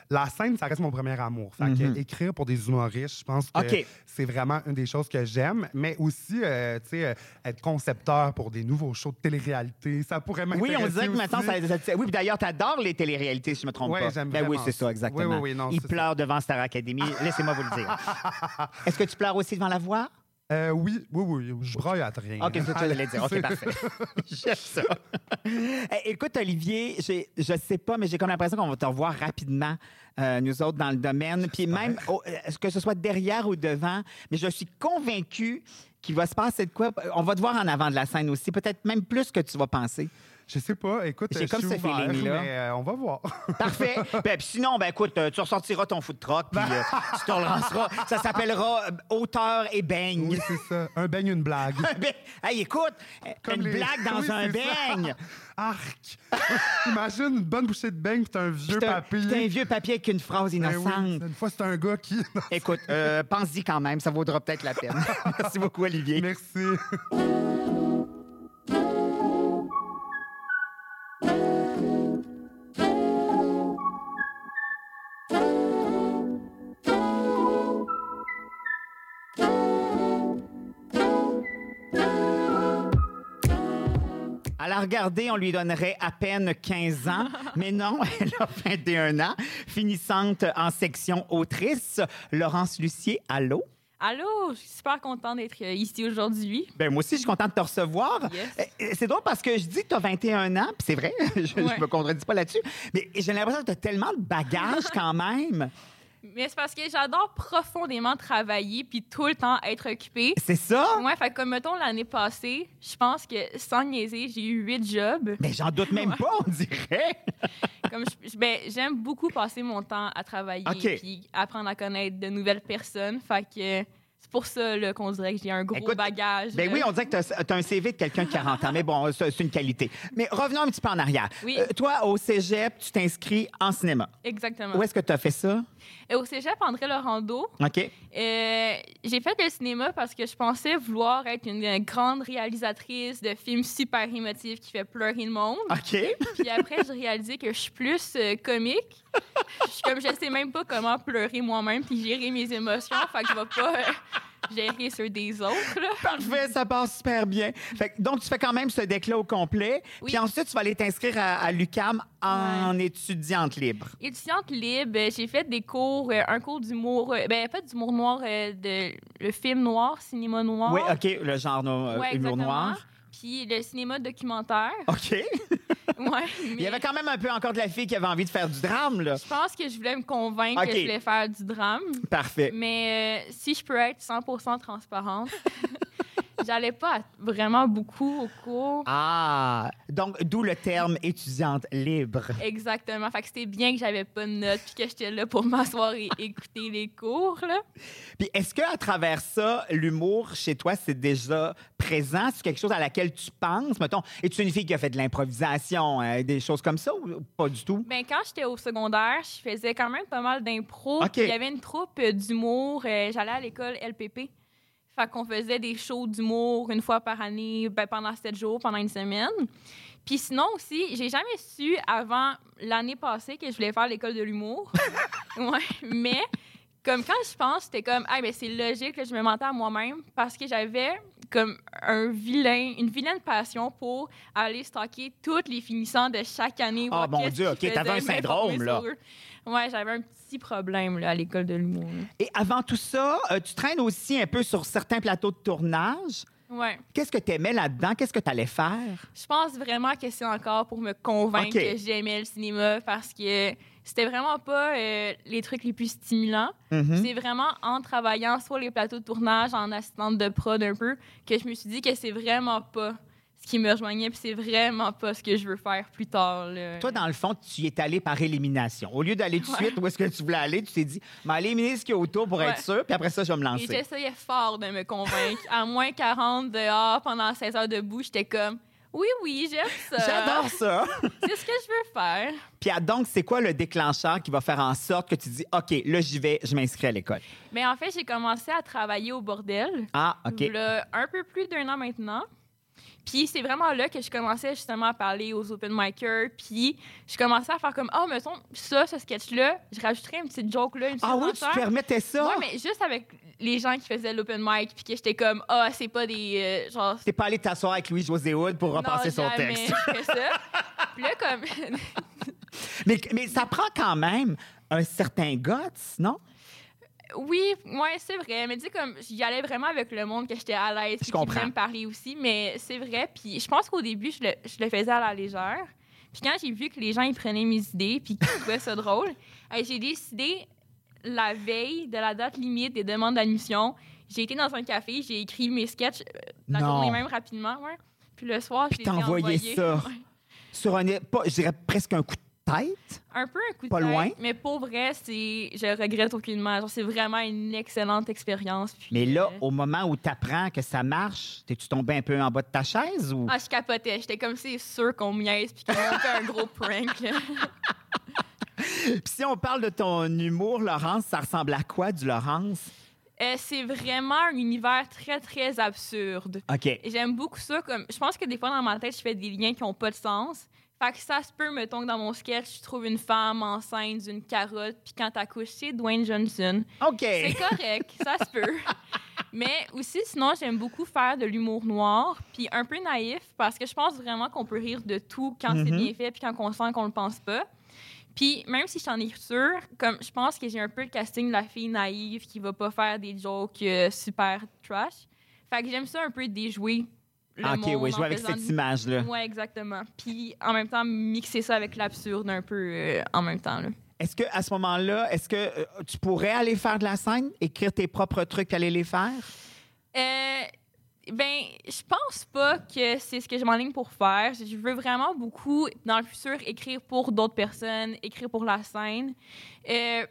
[SPEAKER 6] La scène, ça reste mon premier amour. Fait que, écrire pour des humoristes, je pense que
[SPEAKER 2] Mm-hmm. OK.
[SPEAKER 6] c'est vraiment une des choses que j'aime. Mais aussi, euh, tu sais, euh, être concepteur pour des nouveaux shows de télé-réalité, ça pourrait
[SPEAKER 2] Oui,
[SPEAKER 6] m'intéresser
[SPEAKER 2] on dirait que
[SPEAKER 6] aussi.
[SPEAKER 2] maintenant, ça. ça- oui, puis d'ailleurs, tu adores les téléréalités, si je me trompe
[SPEAKER 6] Ouais,
[SPEAKER 2] pas.
[SPEAKER 6] j'aime
[SPEAKER 2] ben oui,
[SPEAKER 6] vraiment
[SPEAKER 2] c'est ça,
[SPEAKER 6] ça.
[SPEAKER 2] exactement.
[SPEAKER 6] Oui, oui, oui, non,
[SPEAKER 2] Il
[SPEAKER 6] c'est
[SPEAKER 2] pleure devant Star Academy. Laissez-moi vous le dire. est-ce que tu pleures aussi devant la voix?
[SPEAKER 6] Euh, oui, oui, oui, je braille à rien.
[SPEAKER 2] OK, c'est ça que j'allais dire. OK,
[SPEAKER 6] C'est-
[SPEAKER 2] parfait. J'aime ça. Eh, Écoute, Olivier, j'ai- je ne sais pas, mais j'ai comme l'impression qu'on va te revoir rapidement euh, nous autres, dans le domaine. Puis même, au- euh, que ce soit derrière ou devant, mais je suis convaincue qu'il va se passer de quoi. On va te voir en avant de la scène aussi, peut-être même plus que tu vas penser.
[SPEAKER 6] Je sais pas. Écoute,
[SPEAKER 2] J'ai
[SPEAKER 6] je
[SPEAKER 2] comme
[SPEAKER 6] suis
[SPEAKER 2] ce
[SPEAKER 6] ouvert,
[SPEAKER 2] feeling-là.
[SPEAKER 6] mais euh, on va voir.
[SPEAKER 2] Parfait. Ben, puis sinon, ben écoute, euh, tu ressortiras ton food truck, puis euh, tu te relanceras. Ça s'appellera euh, Hauteur et baigne.
[SPEAKER 6] oui, c'est ça. Un beigne, une blague.
[SPEAKER 2] Ben, hey, écoute, euh,
[SPEAKER 6] Comme
[SPEAKER 2] une
[SPEAKER 6] les-
[SPEAKER 2] blague dans
[SPEAKER 6] Oui,
[SPEAKER 2] un
[SPEAKER 6] c'est ça.
[SPEAKER 2] beigne.
[SPEAKER 6] Arc! Imagine une bonne bouchée de beigne pis t'as un vieux
[SPEAKER 2] C'est un-
[SPEAKER 6] papier.
[SPEAKER 2] c'est un vieux papier avec une phrase
[SPEAKER 6] Ben oui,
[SPEAKER 2] innocente.
[SPEAKER 6] Une fois, c'est un gars qui...
[SPEAKER 2] Écoute, euh, pense-y quand même, ça vaudra peut-être la peine. Merci beaucoup, Olivier.
[SPEAKER 6] Merci.
[SPEAKER 2] À la regarder, on lui donnerait à peine 15 ans, mais non, elle a 21 ans, finissante en section autrice. Laurence Lucier, allô?
[SPEAKER 7] Allô, je suis super contente d'être euh, ici aujourd'hui.
[SPEAKER 2] Ben moi aussi, je suis contente de te recevoir.
[SPEAKER 7] Yes.
[SPEAKER 2] Euh, C'est drôle parce que je dis que tu as 21 ans, puis c'est vrai, je, je
[SPEAKER 7] Ouais.
[SPEAKER 2] me contredis pas là-dessus, mais j'ai l'impression que tu as tellement de bagages quand même.
[SPEAKER 7] Mais c'est parce que j'adore profondément travailler puis tout le temps être occupée.
[SPEAKER 2] C'est ça?
[SPEAKER 7] Ouais, fait que comme mettons l'année passée, je pense que sans niaiser, j'ai eu huit jobs.
[SPEAKER 2] Mais j'en doute même pas, on dirait.
[SPEAKER 7] Comme je- je- ben, j'aime beaucoup passer mon temps à travailler
[SPEAKER 2] Ok.
[SPEAKER 7] puis apprendre à connaître de nouvelles personnes. Fait que c'est pour ça là, qu'on dirait que j'ai un gros
[SPEAKER 2] Écoute,
[SPEAKER 7] bagage.
[SPEAKER 2] Ben
[SPEAKER 7] là.
[SPEAKER 2] oui, on dirait que tu as, un CV de quelqu'un de 40 ans, mais bon, ça, c'est une qualité. Mais revenons un petit peu en arrière. Euh,
[SPEAKER 7] Oui.
[SPEAKER 2] toi, au cégep, tu t'inscris en cinéma.
[SPEAKER 7] Exactement.
[SPEAKER 2] Où est-ce que tu as fait ça?
[SPEAKER 7] Et au cégep André Laurando,
[SPEAKER 2] OK.
[SPEAKER 7] Euh, j'ai fait le cinéma parce que je pensais vouloir être une, euh, grande réalisatrice de films super émotifs qui fait pleurer le monde.
[SPEAKER 2] OK.
[SPEAKER 7] Puis après, j'ai réalisé que je suis plus euh, comique. Je suis comme, je sais même pas comment pleurer moi-même puis gérer mes émotions. Fait que je vais pas euh, gérer ceux des autres. là.
[SPEAKER 2] Parfait, ça passe super bien. Fait que- donc, tu fais quand même ce déclat au complet.
[SPEAKER 7] Oui.
[SPEAKER 2] Puis ensuite, tu vas aller t'inscrire à, l'UCAM en étudiante libre.
[SPEAKER 7] Étudiante libre, euh, j'ai fait des cours, euh, un cours d'humour, euh, ben pas d'humour noir, euh, de le film noir, cinéma noir.
[SPEAKER 2] Oui, OK, le genre euh,
[SPEAKER 7] Ouais,
[SPEAKER 2] humour
[SPEAKER 7] exactement.
[SPEAKER 2] noir.
[SPEAKER 7] Puis le cinéma documentaire.
[SPEAKER 2] OK.
[SPEAKER 7] Ouais,
[SPEAKER 2] Il y
[SPEAKER 7] mais-
[SPEAKER 2] avait quand même un peu encore de la fille qui avait envie de faire du drame, là.
[SPEAKER 7] Je pense que je voulais me convaincre
[SPEAKER 2] Ok.
[SPEAKER 7] que je voulais faire du drame,
[SPEAKER 2] Parfait.
[SPEAKER 7] mais euh, si je peux être 100% transparente, j'allais pas à- vraiment beaucoup au cours.
[SPEAKER 2] Ah, donc d'où le terme étudiante libre.
[SPEAKER 7] Exactement. Fait que c'était bien que j'avais pas de notes puis que j'étais là pour m'asseoir et écouter les cours. Là.
[SPEAKER 2] Puis est-ce que à travers ça, l'humour chez toi, c'est déjà présent, c'est quelque chose à laquelle tu penses, mettons, es-tu une fille qui a fait de l'improvisation, hein, des choses comme ça ou pas du tout
[SPEAKER 7] Ben, quand j'étais au secondaire, je faisais quand même pas mal d'impro.
[SPEAKER 2] Ok.
[SPEAKER 7] puis Il y avait une troupe euh, d'humour. euh, J'allais à l'école LPP. Fait qu'on faisait des shows d'humour une fois par année, ben, pendant sept jours, pendant une semaine. Puis sinon aussi, j'ai jamais su avant l'année passée que je voulais faire l'école de l'humour. ouais, mais comme quand je pense, c'était comme ah ben c'est logique que je me mentais à moi-même parce que j'avais comme un vilain, une vilaine passion pour aller stocker toutes les finissants de chaque année.
[SPEAKER 2] Ah,
[SPEAKER 7] voir
[SPEAKER 2] mon
[SPEAKER 7] qu'est-ce
[SPEAKER 2] Dieu,
[SPEAKER 7] qu'ils
[SPEAKER 2] OK, t'avais un
[SPEAKER 7] faisaient,
[SPEAKER 2] syndrome,
[SPEAKER 7] m'informer
[SPEAKER 2] là.
[SPEAKER 7] sur eux. Ouais, j'avais un petit problème là, à l'école de l'humour. là.
[SPEAKER 2] Et avant tout ça, euh, tu traînes aussi un peu sur certains plateaux de tournage.
[SPEAKER 7] Ouais.
[SPEAKER 2] Qu'est-ce que t'aimais là-dedans Qu'est-ce que t'allais faire
[SPEAKER 7] Je pense vraiment que c'est encore pour me convaincre
[SPEAKER 2] OK.
[SPEAKER 7] que j'aimais le cinéma parce que c'était vraiment pas euh, les trucs les plus stimulants.
[SPEAKER 2] Mhm.
[SPEAKER 7] C'est vraiment en travaillant sur les plateaux de tournage, en assistante de prod un peu, que je me suis dit que c'est vraiment pas ce qui me rejoignait, puis c'est vraiment pas ce que je veux faire plus tard. là.
[SPEAKER 2] Toi, dans le fond, tu y es allé par élimination. Au lieu d'aller tout de suite où est-ce que tu voulais aller, tu t'es dit, mais éliminer ce qu'il y a autour pour
[SPEAKER 7] Ouais.
[SPEAKER 2] être sûr, puis après ça, je vais me
[SPEAKER 7] Et
[SPEAKER 2] lancer.
[SPEAKER 7] j'essayais fort de me convaincre. à moins 40 dehors, pendant 16 heures debout, j'étais comme oui, oui, j'aime ça.
[SPEAKER 2] J'adore ça.
[SPEAKER 7] C'est ce que je veux faire.
[SPEAKER 2] Puis ah, donc, c'est quoi le déclencheur qui va faire en sorte que tu dis, OK, là, j'y vais, je m'inscris à l'école?
[SPEAKER 7] Mais en fait, j'ai commencé à travailler au bordel.
[SPEAKER 2] Ah, OK.
[SPEAKER 7] V'là un peu plus d'un an maintenant. Puis c'est vraiment là que je commençais justement à parler aux open micers. Puis je commençais à faire comme, oh, mettons, ça, ce sketch-là, je rajouterais une petite joke-là, une petite
[SPEAKER 2] Ah oui, tu te
[SPEAKER 7] affaire.
[SPEAKER 2] permettais ça?
[SPEAKER 7] Ouais, mais juste avec les gens qui faisaient l'open mic, puis que j'étais comme, ah, c'est pas des. euh, genre,
[SPEAKER 2] T'es pas allé t'asseoir avec Louis-José Hood pour repasser
[SPEAKER 7] non,
[SPEAKER 2] son
[SPEAKER 7] jamais
[SPEAKER 2] texte.
[SPEAKER 7] je fais ça. puis là, comme.
[SPEAKER 2] Mais, mais ça prend quand même un certain guts, non?
[SPEAKER 7] Oui, ouais, c'est vrai. Mais tu sais, comme j'y allais vraiment avec le monde que j'étais à l'aise,
[SPEAKER 2] Je
[SPEAKER 7] puis qui
[SPEAKER 2] comprends.
[SPEAKER 7] venait me parler aussi. Mais c'est vrai. Puis je pense qu'au début, je le, je le faisais à la légère. Puis quand j'ai vu que les gens, ils prenaient mes idées, puis qu'ils trouvaient ça drôle, euh, j'ai décidé, la veille de la date limite des demandes d'admission, j'ai été dans un café, j'ai écrit mes sketchs euh, la
[SPEAKER 2] Non.
[SPEAKER 7] journée même rapidement, ouais. Puis le soir, je
[SPEAKER 2] Puis
[SPEAKER 7] les ai
[SPEAKER 2] t'as envoyé
[SPEAKER 7] envoyés.
[SPEAKER 2] ça.
[SPEAKER 7] Ouais.
[SPEAKER 2] Sur un, pas- je dirais presque un coup de tête.
[SPEAKER 7] Un peu un coup de
[SPEAKER 2] Pas
[SPEAKER 7] tête,
[SPEAKER 2] loin.
[SPEAKER 7] mais pour vrai, c'est je regrette aucunement. Genre, c'est vraiment une excellente expérience. puis,
[SPEAKER 2] Mais là,
[SPEAKER 7] euh,
[SPEAKER 2] au moment où t'apprends que ça marche, t'es-tu tombé un peu en bas de ta chaise ou?
[SPEAKER 7] Ah, je capotais. J'étais comme, c'est sûr qu'on me niaise puis qu'on me fait un gros prank. là.
[SPEAKER 2] Puis si on parle de ton humour, Laurence, ça ressemble à quoi du Laurence?
[SPEAKER 7] Euh, c'est vraiment un univers très, très absurde.
[SPEAKER 2] OK.
[SPEAKER 7] Et J'aime beaucoup ça. Comme, je pense que des fois, dans ma tête, je fais des liens qui n'ont pas de sens. Fait que ça se peut, mettons, que dans mon sketch, je trouve une femme enceinte d'une carotte, puis quand t'accouches, c'est Dwayne Johnson.
[SPEAKER 2] OK.
[SPEAKER 7] C'est correct, ça se peut. Mais aussi, sinon, j'aime beaucoup faire de l'humour noir, puis un peu naïf, parce que je pense vraiment qu'on peut rire de tout quand c'est
[SPEAKER 2] Mhm.
[SPEAKER 7] bien fait, puis quand on sent qu'on le pense pas. Puis même si je suis en écriture, comme je pense que j'ai un peu le casting de la fille naïve qui va pas faire des jokes euh, super trash. Fait que j'aime ça un peu déjouer le
[SPEAKER 2] Ah, OK,
[SPEAKER 7] monde
[SPEAKER 2] oui, je
[SPEAKER 7] en
[SPEAKER 2] vois avec
[SPEAKER 7] faisant
[SPEAKER 2] cette
[SPEAKER 7] du-
[SPEAKER 2] image-là.
[SPEAKER 7] Ouais, exactement. Puis en même temps, mixer ça avec l'absurde un peu euh, en même temps. Là.
[SPEAKER 2] Est-ce que à ce moment-là, est-ce que euh, tu pourrais aller faire de la scène, écrire tes propres trucs, aller les faire?
[SPEAKER 7] Euh, ben, je pense pas que c'est ce que je m'enligne pour faire. Je veux vraiment beaucoup, dans le futur, écrire pour d'autres personnes, écrire pour la scène. Euh,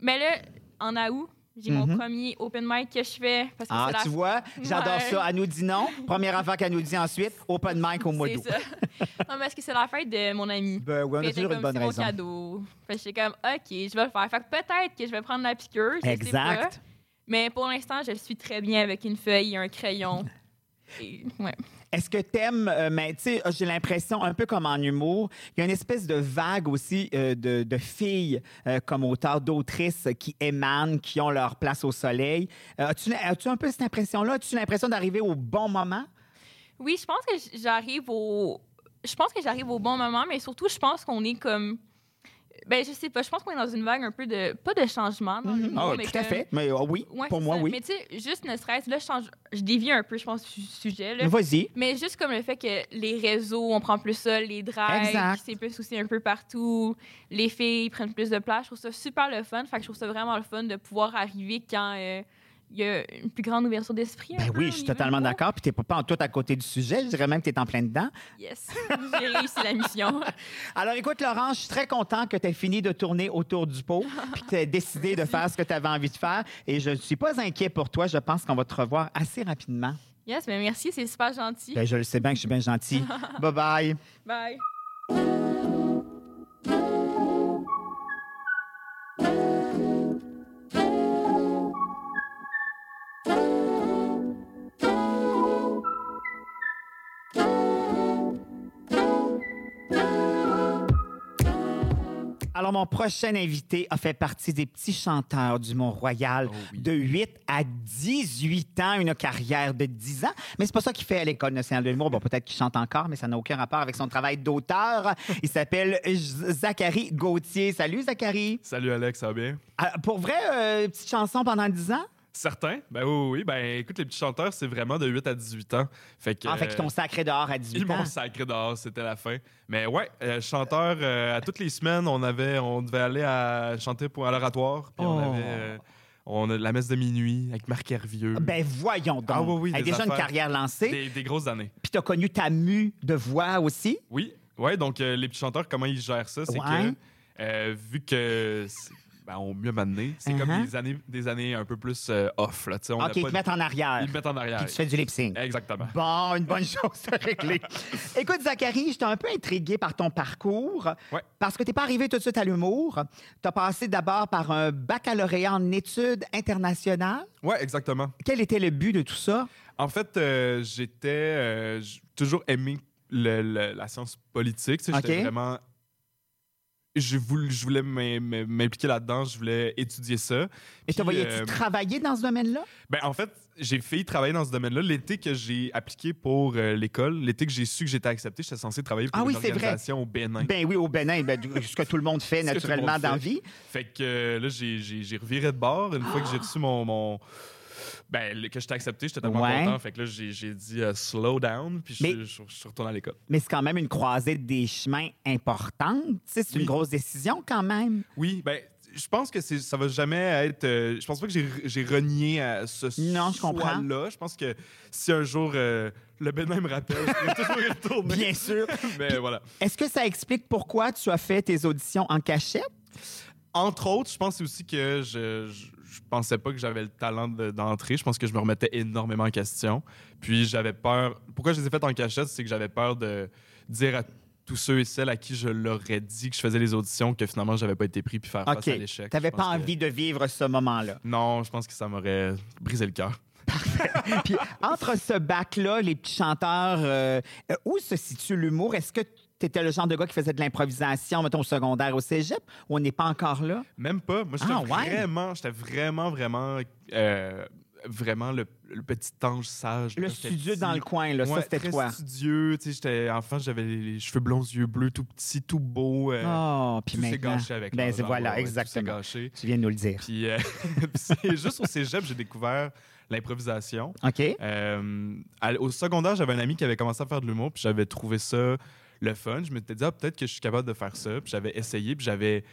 [SPEAKER 7] mais là, en août, j'ai
[SPEAKER 2] Mhm.
[SPEAKER 7] mon premier open mic que je fais. Parce que
[SPEAKER 2] Ah,
[SPEAKER 7] c'est la
[SPEAKER 2] tu vois, j'adore
[SPEAKER 7] Ouais.
[SPEAKER 2] ça. Elle nous dit non. Première affaire qu'elle nous dit ensuite, open mic au mois
[SPEAKER 7] c'est
[SPEAKER 2] d'août.
[SPEAKER 7] ça. non, parce que c'est la fête de mon ami.
[SPEAKER 2] Ben oui, on
[SPEAKER 7] Puis
[SPEAKER 2] a
[SPEAKER 7] elle était
[SPEAKER 2] toujours une
[SPEAKER 7] comme,
[SPEAKER 2] bonne
[SPEAKER 7] C'est mon
[SPEAKER 2] raison.
[SPEAKER 7] cadeau. Fait que j'étais comme, OK, je vais le faire. Fait que peut-être que je vais prendre la piqûre. Je Sais pas.
[SPEAKER 2] Exact.
[SPEAKER 7] Mais pour l'instant, je le suis très bien avec une feuille et un crayon. Et, ouais.
[SPEAKER 2] Est-ce que t'aimes, euh, mais tu sais, j'ai l'impression, un peu comme en humour, il y a une espèce de vague aussi euh, de, de filles euh, comme auteurs, d'autrices qui émanent, qui ont leur place au soleil. Euh, as-tu, as-tu un peu cette impression-là? As-tu l'impression d'arriver au bon moment?
[SPEAKER 7] Oui, je pense que j- j'arrive au. Je pense que j'arrive au bon moment, mais surtout, je pense qu'on est comme. Ben, je sais pas, je pense qu'on est dans une vague un peu de. Pas de changement, dans le
[SPEAKER 2] Ah
[SPEAKER 7] monde, mais
[SPEAKER 2] tout à
[SPEAKER 7] comme-
[SPEAKER 2] fait. Mais euh, oui,
[SPEAKER 7] Ouais,
[SPEAKER 2] pour
[SPEAKER 7] c'est
[SPEAKER 2] moi,
[SPEAKER 7] ça.
[SPEAKER 2] oui.
[SPEAKER 7] Mais tu sais, juste ne serait-ce. Là, je, change... je dévie un peu, je pense, du sujet. Là.
[SPEAKER 2] Vas-y.
[SPEAKER 7] Mais juste comme le fait que les réseaux, on prend plus ça, les drives,
[SPEAKER 2] Exact.
[SPEAKER 7] c'est plus aussi un peu partout, les filles prennent plus de place. Je trouve ça super le fun. Fait que je trouve ça vraiment le fun de pouvoir arriver quand euh, il y a une plus grande ouverture d'esprit. un
[SPEAKER 2] Ben
[SPEAKER 7] peu,
[SPEAKER 2] oui,
[SPEAKER 7] au
[SPEAKER 2] je suis
[SPEAKER 7] niveau
[SPEAKER 2] totalement
[SPEAKER 7] humour.
[SPEAKER 2] d'accord. Puis t'es pas pas en tout à côté du sujet. Je dirais même que t'es en plein dedans.
[SPEAKER 7] Yes, j'ai réussi la mission.
[SPEAKER 2] Alors écoute, Laurent, je suis très content que tu aies fini de tourner autour du pot puis que tu aies décidé de faire ce que tu avais envie de faire. Et je ne suis pas inquiet pour toi. Je pense qu'on va te revoir assez rapidement.
[SPEAKER 7] Yes, mais merci, c'est super gentil.
[SPEAKER 2] Ben, je le sais bien que je suis bien gentil. Bye bye.
[SPEAKER 7] Bye.
[SPEAKER 2] Alors, mon prochain invité a fait partie des petits chanteurs du Mont-Royal
[SPEAKER 8] Oh
[SPEAKER 2] de 8 à 18 ans, une carrière de 10 ans. Mais c'est pas ça qu'il fait à l'École nationale de l'humour. Bon, peut-être qu'il chante encore, mais ça n'a aucun rapport avec son travail d'auteur. Il s'appelle Zachary Gauthier. Salut, Zachary.
[SPEAKER 8] Salut Alex, ça va bien?
[SPEAKER 2] Ah, pour vrai, euh, petite chanson pendant 10 ans?
[SPEAKER 8] Certain? Ben oui, oui, oui. Ben écoute, les petits chanteurs, c'est vraiment de 8 à 18 ans. Fait que, euh,
[SPEAKER 2] Ah, fait que ton sacré dehors à 18
[SPEAKER 8] Ils
[SPEAKER 2] ans.
[SPEAKER 8] m'ont sacré dehors, c'était la fin. Mais ouais, euh, chanteur, euh, à toutes les semaines, on avait, on devait aller à chanter pour, à l'oratoire. Puis
[SPEAKER 2] Oh.
[SPEAKER 8] on avait euh, on a la messe de minuit avec Marc Hervieux.
[SPEAKER 2] Ben voyons donc.
[SPEAKER 8] Ah oui, oui,
[SPEAKER 2] Elle a
[SPEAKER 8] des
[SPEAKER 2] déjà une
[SPEAKER 8] affaires.
[SPEAKER 2] carrière lancée.
[SPEAKER 8] des, des grosses années.
[SPEAKER 2] Puis t'as connu ta mue de voix aussi.
[SPEAKER 8] Oui, ouais, donc euh, les petits chanteurs, comment ils gèrent ça? C'est
[SPEAKER 2] Ouais.
[SPEAKER 8] que, euh, vu que. c'est- Ben, on mieux m'amener. C'est
[SPEAKER 2] Uh-huh.
[SPEAKER 8] comme des années, des années un peu plus euh, off. Là. Tu sais, On a
[SPEAKER 2] OK, ils
[SPEAKER 8] pas
[SPEAKER 2] te
[SPEAKER 8] de-
[SPEAKER 2] mettent en arrière.
[SPEAKER 8] ils mettent en arrière.
[SPEAKER 2] Puis tu fais du lip-sync.
[SPEAKER 8] Exactement.
[SPEAKER 2] Bon, une bonne chose à régler. Écoute, Zachary, j'étais un peu intrigué par ton parcours
[SPEAKER 8] Ouais.
[SPEAKER 2] parce que t'es pas arrivé tout de suite à l'humour. T'as passé d'abord par un baccalauréat en études internationales.
[SPEAKER 8] Ouais, exactement.
[SPEAKER 2] Quel était le but de tout ça?
[SPEAKER 8] En fait, euh, j'étais euh, j'ai toujours aimé le- le- la science politique. tu sais, J'étais
[SPEAKER 2] Ok.
[SPEAKER 8] vraiment. Je voulais, je voulais m'im- m'im- m'impliquer là-dedans, je voulais étudier ça.
[SPEAKER 2] Et
[SPEAKER 8] Puis,
[SPEAKER 2] te voyais-tu
[SPEAKER 8] euh,
[SPEAKER 2] travailler dans ce domaine-là?
[SPEAKER 8] Ben, en fait, j'ai failli travailler dans ce domaine-là. L'été que j'ai appliqué pour euh, l'école, l'été que j'ai su que j'étais accepté, j'étais censé travailler pour
[SPEAKER 2] Ah oui,
[SPEAKER 8] une
[SPEAKER 2] c'est vrai.
[SPEAKER 8] organisation au Bénin.
[SPEAKER 2] Ben oui, au Bénin, ben, du- ce que tout le monde
[SPEAKER 8] Ce
[SPEAKER 2] fait
[SPEAKER 8] que tout le
[SPEAKER 2] naturellement
[SPEAKER 8] monde
[SPEAKER 2] dans la
[SPEAKER 8] fait.
[SPEAKER 2] vie. Ah!
[SPEAKER 8] Fait que euh, là, j'ai- j'ai j'ai reviré de bord une fois que j'ai reçu mon. mon-
[SPEAKER 6] Ben, le- que je t'ai accepté, j'étais tellement
[SPEAKER 2] Ouais.
[SPEAKER 6] content. Fait que là, j'ai j'ai dit euh, slow down, puis je-
[SPEAKER 2] Mais-
[SPEAKER 6] je, je suis retourné à l'école.
[SPEAKER 2] Mais c'est quand même une croisée des chemins importante. Tu sais, C'est une
[SPEAKER 6] Oui.
[SPEAKER 2] grosse décision quand même.
[SPEAKER 6] Oui, ben, je pense que c'est- ça va jamais être. euh, je pense pas que j'ai- j'ai renié à ce
[SPEAKER 2] Non, je comprends.
[SPEAKER 6] là Je pense que si un jour euh, le Bénin me rappelle, je vais toujours y retourner.
[SPEAKER 2] Bien sûr.
[SPEAKER 6] Mais voilà.
[SPEAKER 2] Est-ce que ça explique pourquoi tu as fait tes auditions en cachette?
[SPEAKER 6] Entre autres, je pense aussi que je, je, je pensais pas que j'avais le talent de- d'entrer. je pense que je me remettais énormément en question. Puis j'avais peur. Pourquoi je les ai faites en cachette, c'est que j'avais peur de dire à tous ceux et celles à qui je leur ai dit que je faisais les auditions que finalement j'avais pas été pris puis faire face à
[SPEAKER 2] OK. Tu
[SPEAKER 6] l'échec.
[SPEAKER 2] n'avais
[SPEAKER 6] Je pense
[SPEAKER 2] pas
[SPEAKER 6] que-
[SPEAKER 2] envie de vivre ce moment-là.
[SPEAKER 6] Non, je pense que ça m'aurait brisé le cœur.
[SPEAKER 2] Puis entre ce bac-là, les petits chanteurs, euh, euh, où se situe l'humour? Est-ce que tu étais le genre de gars qui faisait de l'improvisation, mettons, au secondaire, au cégep? Ou on n'est pas encore là?
[SPEAKER 6] Même pas. Moi, j'étais
[SPEAKER 2] Ah, ouais?
[SPEAKER 6] vraiment, j'étais vraiment, vraiment, euh, vraiment le, le petit ange sage.
[SPEAKER 2] Le
[SPEAKER 6] là, j'étais
[SPEAKER 2] studio
[SPEAKER 6] petit.
[SPEAKER 2] dans le coin, là, ça,
[SPEAKER 6] Ouais,
[SPEAKER 2] c'était
[SPEAKER 6] très
[SPEAKER 2] toi.
[SPEAKER 6] studieux. Tu sais, j'étais enfant, j'avais les, les cheveux blonds, yeux bleus, tout petit, tout beau. euh,
[SPEAKER 2] oh, puis
[SPEAKER 6] tout s'est
[SPEAKER 2] maintenant,
[SPEAKER 6] gâché avec
[SPEAKER 2] ben,
[SPEAKER 6] l'âge, hein,
[SPEAKER 2] voilà,
[SPEAKER 6] ouais, ouais, tout s'est
[SPEAKER 2] exactement.
[SPEAKER 6] gâché.
[SPEAKER 2] Tu viens de nous le dire.
[SPEAKER 6] Puis, euh, puis c'est juste au cégep, j'ai découvert l'improvisation.
[SPEAKER 2] OK?
[SPEAKER 6] Euh, à- au secondaire, j'avais un ami qui avait commencé à faire de l'humour, puis j'avais trouvé ça le fun. Je m'étais dit, ah, peut-être que je suis capable de faire ça. Puis j'avais essayé, puis j'avais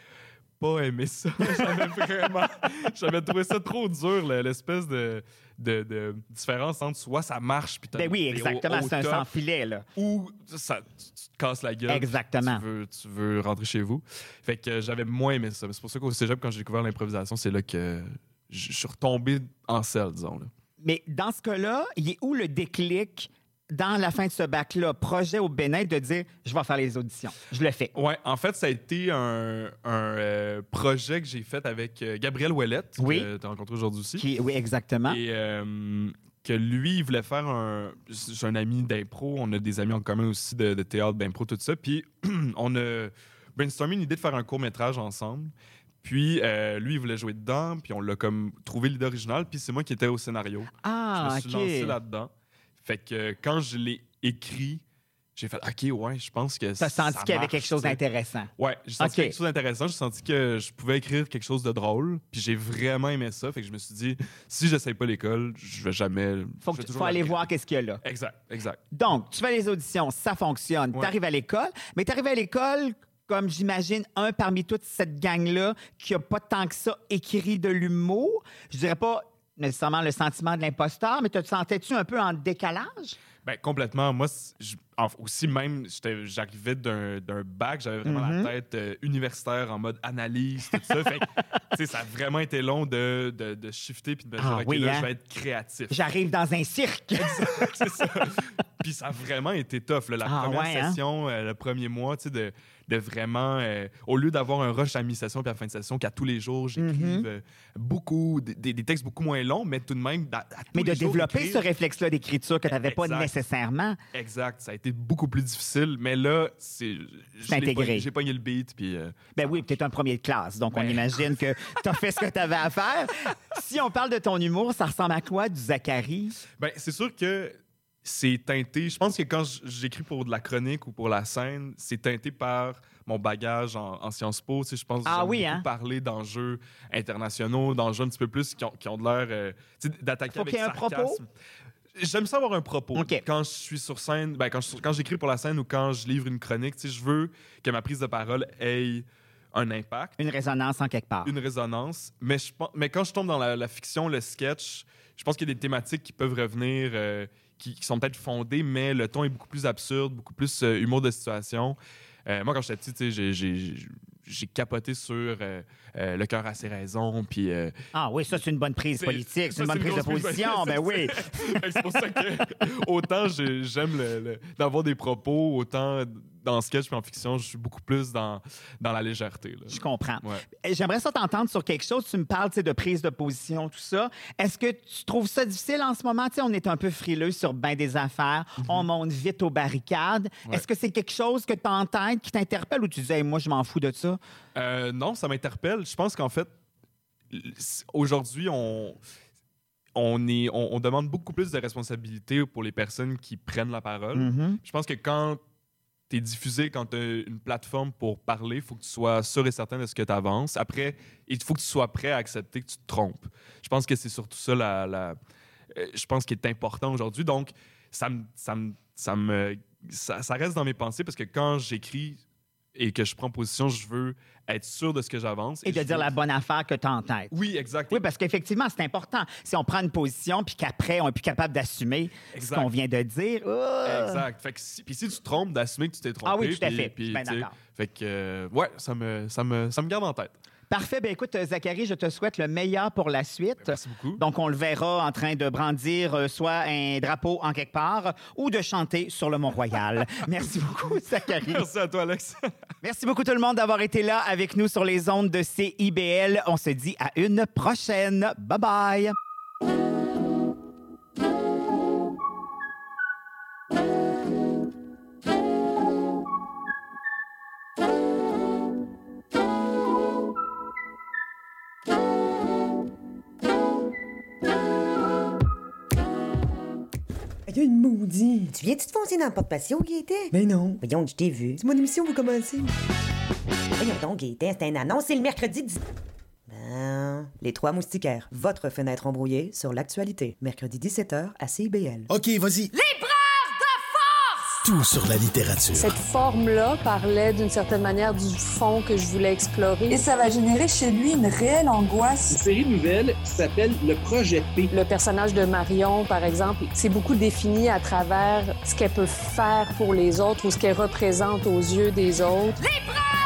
[SPEAKER 6] pas aimé ça. j'avais vraiment. J'avais trouvé ça trop dur, le- l'espèce de, de, de différence entre soit ça marche, puis t'as-
[SPEAKER 2] Ben oui,
[SPEAKER 6] t'es au-
[SPEAKER 2] exactement.
[SPEAKER 6] au
[SPEAKER 2] C'est un
[SPEAKER 6] top,
[SPEAKER 2] sans-filet, là.
[SPEAKER 6] ou ça, tu, tu te casses la gueule.
[SPEAKER 2] Exactement.
[SPEAKER 6] Tu veux, tu veux rentrer chez vous. Fait que euh, j'avais moins aimé ça. C'est pour ça qu'au cégep, quand j'ai découvert l'improvisation, c'est là que je je suis retombé en selle, disons. là.
[SPEAKER 2] Mais dans ce cas-là, il est où le déclic dans la fin de ce bac-là, projet au Bénin de dire je vais faire les auditions. Je le fais.
[SPEAKER 6] Ouais, en fait, ça a été un, un, euh, projet que j'ai fait avec euh, Gabriel Ouellette,
[SPEAKER 2] Oui.
[SPEAKER 6] que tu as rencontré aujourd'hui aussi.
[SPEAKER 2] Qui- oui, exactement.
[SPEAKER 6] Et euh, que lui, il voulait faire un. C'est un ami d'impro, on a des amis en commun aussi de, de théâtre, d'impro, tout ça. Puis on a brainstormé une idée de faire un court-métrage ensemble. Puis euh, lui, il voulait jouer dedans, puis on l'a comme trouvé l'idée originale, puis c'est moi qui étais au scénario.
[SPEAKER 2] ah,
[SPEAKER 6] je me suis
[SPEAKER 2] OK.
[SPEAKER 6] lancé là-dedans. Fait que euh, quand je l'ai écrit, j'ai fait OK, ouais, je pense que
[SPEAKER 2] T'as senti qu'il y avait
[SPEAKER 6] marche,
[SPEAKER 2] quelque chose
[SPEAKER 6] tu sais.
[SPEAKER 2] d'intéressant.
[SPEAKER 6] Ouais, j'ai senti
[SPEAKER 2] Ok.
[SPEAKER 6] quelque chose d'intéressant. J'ai senti que je pouvais écrire quelque chose de drôle. Puis j'ai vraiment aimé ça. Fait que je me suis dit, si j'essaye pas l'école, je vais jamais.
[SPEAKER 2] Faut,
[SPEAKER 6] je vais
[SPEAKER 2] que tu,
[SPEAKER 6] toujours
[SPEAKER 2] faut aller
[SPEAKER 6] la-
[SPEAKER 2] voir qu'est-ce qu'il y a là.
[SPEAKER 6] Exact, exact.
[SPEAKER 2] Donc, tu fais les auditions, ça fonctionne.
[SPEAKER 6] Ouais.
[SPEAKER 2] T'arrives à l'école, mais t'arrives à l'école comme j'imagine un parmi toute cette gang-là qui a pas tant que ça écrit de l'humour. Je dirais pas nécessairement le sentiment de l'imposteur, mais te sentais-tu un peu en décalage?
[SPEAKER 6] Ben, complètement. Moi, c- je- en- aussi, même, j'étais- j'arrivais d'un d'un bac, j'avais vraiment
[SPEAKER 2] Mhm.
[SPEAKER 6] la tête euh, universitaire en mode analyse, tout ça. fait que, tu sais, ça a vraiment été long de, de, de shifter puis de me dire,
[SPEAKER 2] Ah
[SPEAKER 6] OK,
[SPEAKER 2] oui,
[SPEAKER 6] là,
[SPEAKER 2] hein?
[SPEAKER 6] je vais être créatif.
[SPEAKER 2] J'arrive dans un cirque.
[SPEAKER 6] C'est ça. Puis ça a vraiment été tough. là. La
[SPEAKER 2] Ah,
[SPEAKER 6] première
[SPEAKER 2] ouais, hein?
[SPEAKER 6] session, euh, le premier mois, tu sais, de, de vraiment. euh, au lieu d'avoir un rush à mi-session puis à la fin de session, qu'à tous les jours, j'écrive
[SPEAKER 2] Mhm.
[SPEAKER 6] euh, beaucoup, des- des, des textes beaucoup moins longs, mais tout de même. à- à tous
[SPEAKER 2] Mais de
[SPEAKER 6] les jours,
[SPEAKER 2] développer
[SPEAKER 6] écrire-
[SPEAKER 2] ce réflexe-là d'écriture que tu n'avais pas
[SPEAKER 6] Exact.
[SPEAKER 2] nécessairement.
[SPEAKER 6] Exact. Ça a été beaucoup plus difficile, mais là, c'est. je l'ai
[SPEAKER 2] intégré.
[SPEAKER 6] pogné- J'ai pogné le beat, puis. euh,
[SPEAKER 2] Ben oui, tu es un premier de classe, donc on
[SPEAKER 6] Ben.
[SPEAKER 2] imagine que tu as fait ce que tu avais à faire. Si on parle de ton humour, ça ressemble à quoi du Zachary?
[SPEAKER 6] Ben, c'est sûr que c'est teinté. Je pense que quand j- j'écris pour de la chronique ou pour la scène, c'est teinté par mon bagage en, en Sciences Po. Tu sais, je pense que
[SPEAKER 2] Ah
[SPEAKER 6] j'aime
[SPEAKER 2] oui,
[SPEAKER 6] beaucoup
[SPEAKER 2] hein?
[SPEAKER 6] parler d'enjeux internationaux, d'enjeux un petit peu plus qui ont, qui ont de l'air euh, tu sais, d'attaquer
[SPEAKER 2] Faut
[SPEAKER 6] avec
[SPEAKER 2] qu'il y ait un
[SPEAKER 6] sarcasme.
[SPEAKER 2] propos?
[SPEAKER 6] J'aime ça avoir un propos.
[SPEAKER 2] OK.
[SPEAKER 6] Quand je suis sur scène, ben, quand je- quand j'écris pour la scène ou quand je livre une chronique, tu sais, je veux que ma prise de parole ait un impact
[SPEAKER 2] Une résonance en quelque part.
[SPEAKER 6] une résonance. Mais, je, pense- mais quand je tombe dans la, la fiction, le sketch, je pense qu'il y a des thématiques qui peuvent revenir, euh, qui, qui sont peut-être fondées, mais le ton est beaucoup plus absurde, beaucoup plus euh, humour de situation. Euh, moi, quand j'étais petit, tu sais, j'ai- j'ai- j'ai capoté sur euh, euh, Le cœur a ses raisons, puis... euh,
[SPEAKER 2] Ah oui, ça, c'est une bonne prise
[SPEAKER 6] C'est-
[SPEAKER 2] politique, c'est
[SPEAKER 6] ça,
[SPEAKER 2] une bonne
[SPEAKER 6] c'est une
[SPEAKER 2] prise de
[SPEAKER 6] grosse prise de-
[SPEAKER 2] position. Ben oui.
[SPEAKER 6] Fait que c'est pour ça que autant j'ai- j'aime le- le- d'avoir des propos, oh, autant dans le sketch puis en fiction, je suis beaucoup plus dans, dans la légèreté. là.
[SPEAKER 2] Je comprends.
[SPEAKER 6] Ouais.
[SPEAKER 2] Et J'aimerais ça t'entendre sur quelque chose. Tu me parles tu sais, de prise de position, tout ça. Est-ce que tu trouves ça difficile en ce moment? Tu sais, on est un peu frileux sur bien des affaires. On monte vite aux barricades.
[SPEAKER 6] Mhm. Ouais.
[SPEAKER 2] Est-ce que c'est quelque chose que tu as en tête qui t'interpelle ou tu dis, Hey, moi, je m'en fous de ça?
[SPEAKER 6] Euh, non, ça m'interpelle. Je pense qu'en fait, l- s- aujourd'hui, on, on, est- on, on demande beaucoup plus de responsabilités pour les personnes qui prennent la parole.
[SPEAKER 2] Mhm.
[SPEAKER 6] Je pense que quand tu es diffusé, quand tu as une plateforme pour parler, il faut que tu sois sûr et certain de ce que tu avances. Après, il faut que tu sois prêt à accepter que tu te trompes. Je pense que c'est surtout ça la, la, euh, je pense qu'il est important aujourd'hui. Donc, ça me, ça me, ça me, ça, ça reste dans mes pensées parce que quand j'écris et que je prends position, je veux être sûr de ce que j'avance.
[SPEAKER 2] Et de
[SPEAKER 6] je
[SPEAKER 2] dire
[SPEAKER 6] veux-
[SPEAKER 2] la bonne affaire que tu as en tête.
[SPEAKER 6] Oui, exact.
[SPEAKER 2] Oui, ben, parce qu'effectivement, c'est important. Si on prend une position puis qu'après, on est plus capable d'assumer ce
[SPEAKER 6] Exact.
[SPEAKER 2] qu'on vient de dire. ah!
[SPEAKER 6] Exact. Fait que si, puis si tu te trompes, d'assumer que tu t'es trompé.
[SPEAKER 2] Ah oui, tout à
[SPEAKER 6] puis-
[SPEAKER 2] fait. Je suis
[SPEAKER 6] Puis,
[SPEAKER 2] bien
[SPEAKER 6] tu sais,
[SPEAKER 2] d'accord.
[SPEAKER 6] fait que, euh, ouais, ça me, ça, me, ça me garde en tête.
[SPEAKER 2] Parfait. Ben écoute, Zachary, je te souhaite le meilleur pour la suite.
[SPEAKER 6] Ben, Bah, Merci beaucoup.
[SPEAKER 2] Donc, on le verra en train de brandir euh, soit un drapeau en quelque part ou de chanter sur le Mont-Royal. Merci beaucoup, Zachary.
[SPEAKER 6] Merci à toi, Alex.
[SPEAKER 2] Merci beaucoup tout le monde d'avoir été là avec nous sur les ondes de CIBL. On se dit à une prochaine. Bye bye.
[SPEAKER 9] Il y a une maudite.
[SPEAKER 10] Tu viens-tu te foncer dans le porte-patio, Gaétan?
[SPEAKER 9] Mais non.
[SPEAKER 10] Voyons, je t'ai vu.
[SPEAKER 9] C'est mon émission, vous commencez.
[SPEAKER 10] Voyons donc, Gaétan, c'est un annonce, c'est le mercredi 10. Ben, les trois moustiquaires, votre fenêtre embrouillée sur l'actualité. Mercredi 17h à CIBL.
[SPEAKER 11] OK, vas-y. Les braves de force! Tout sur la littérature.
[SPEAKER 12] Cette forme-là parlait d'une certaine manière du fond que je voulais explorer. Et ça va générer chez lui une réelle angoisse.
[SPEAKER 13] Une série nouvelle qui s'appelle Le Projet P.
[SPEAKER 12] Le personnage de Marion, par exemple, c'est beaucoup défini à travers ce qu'elle peut faire pour les autres ou ce qu'elle représente aux yeux des autres. Les braves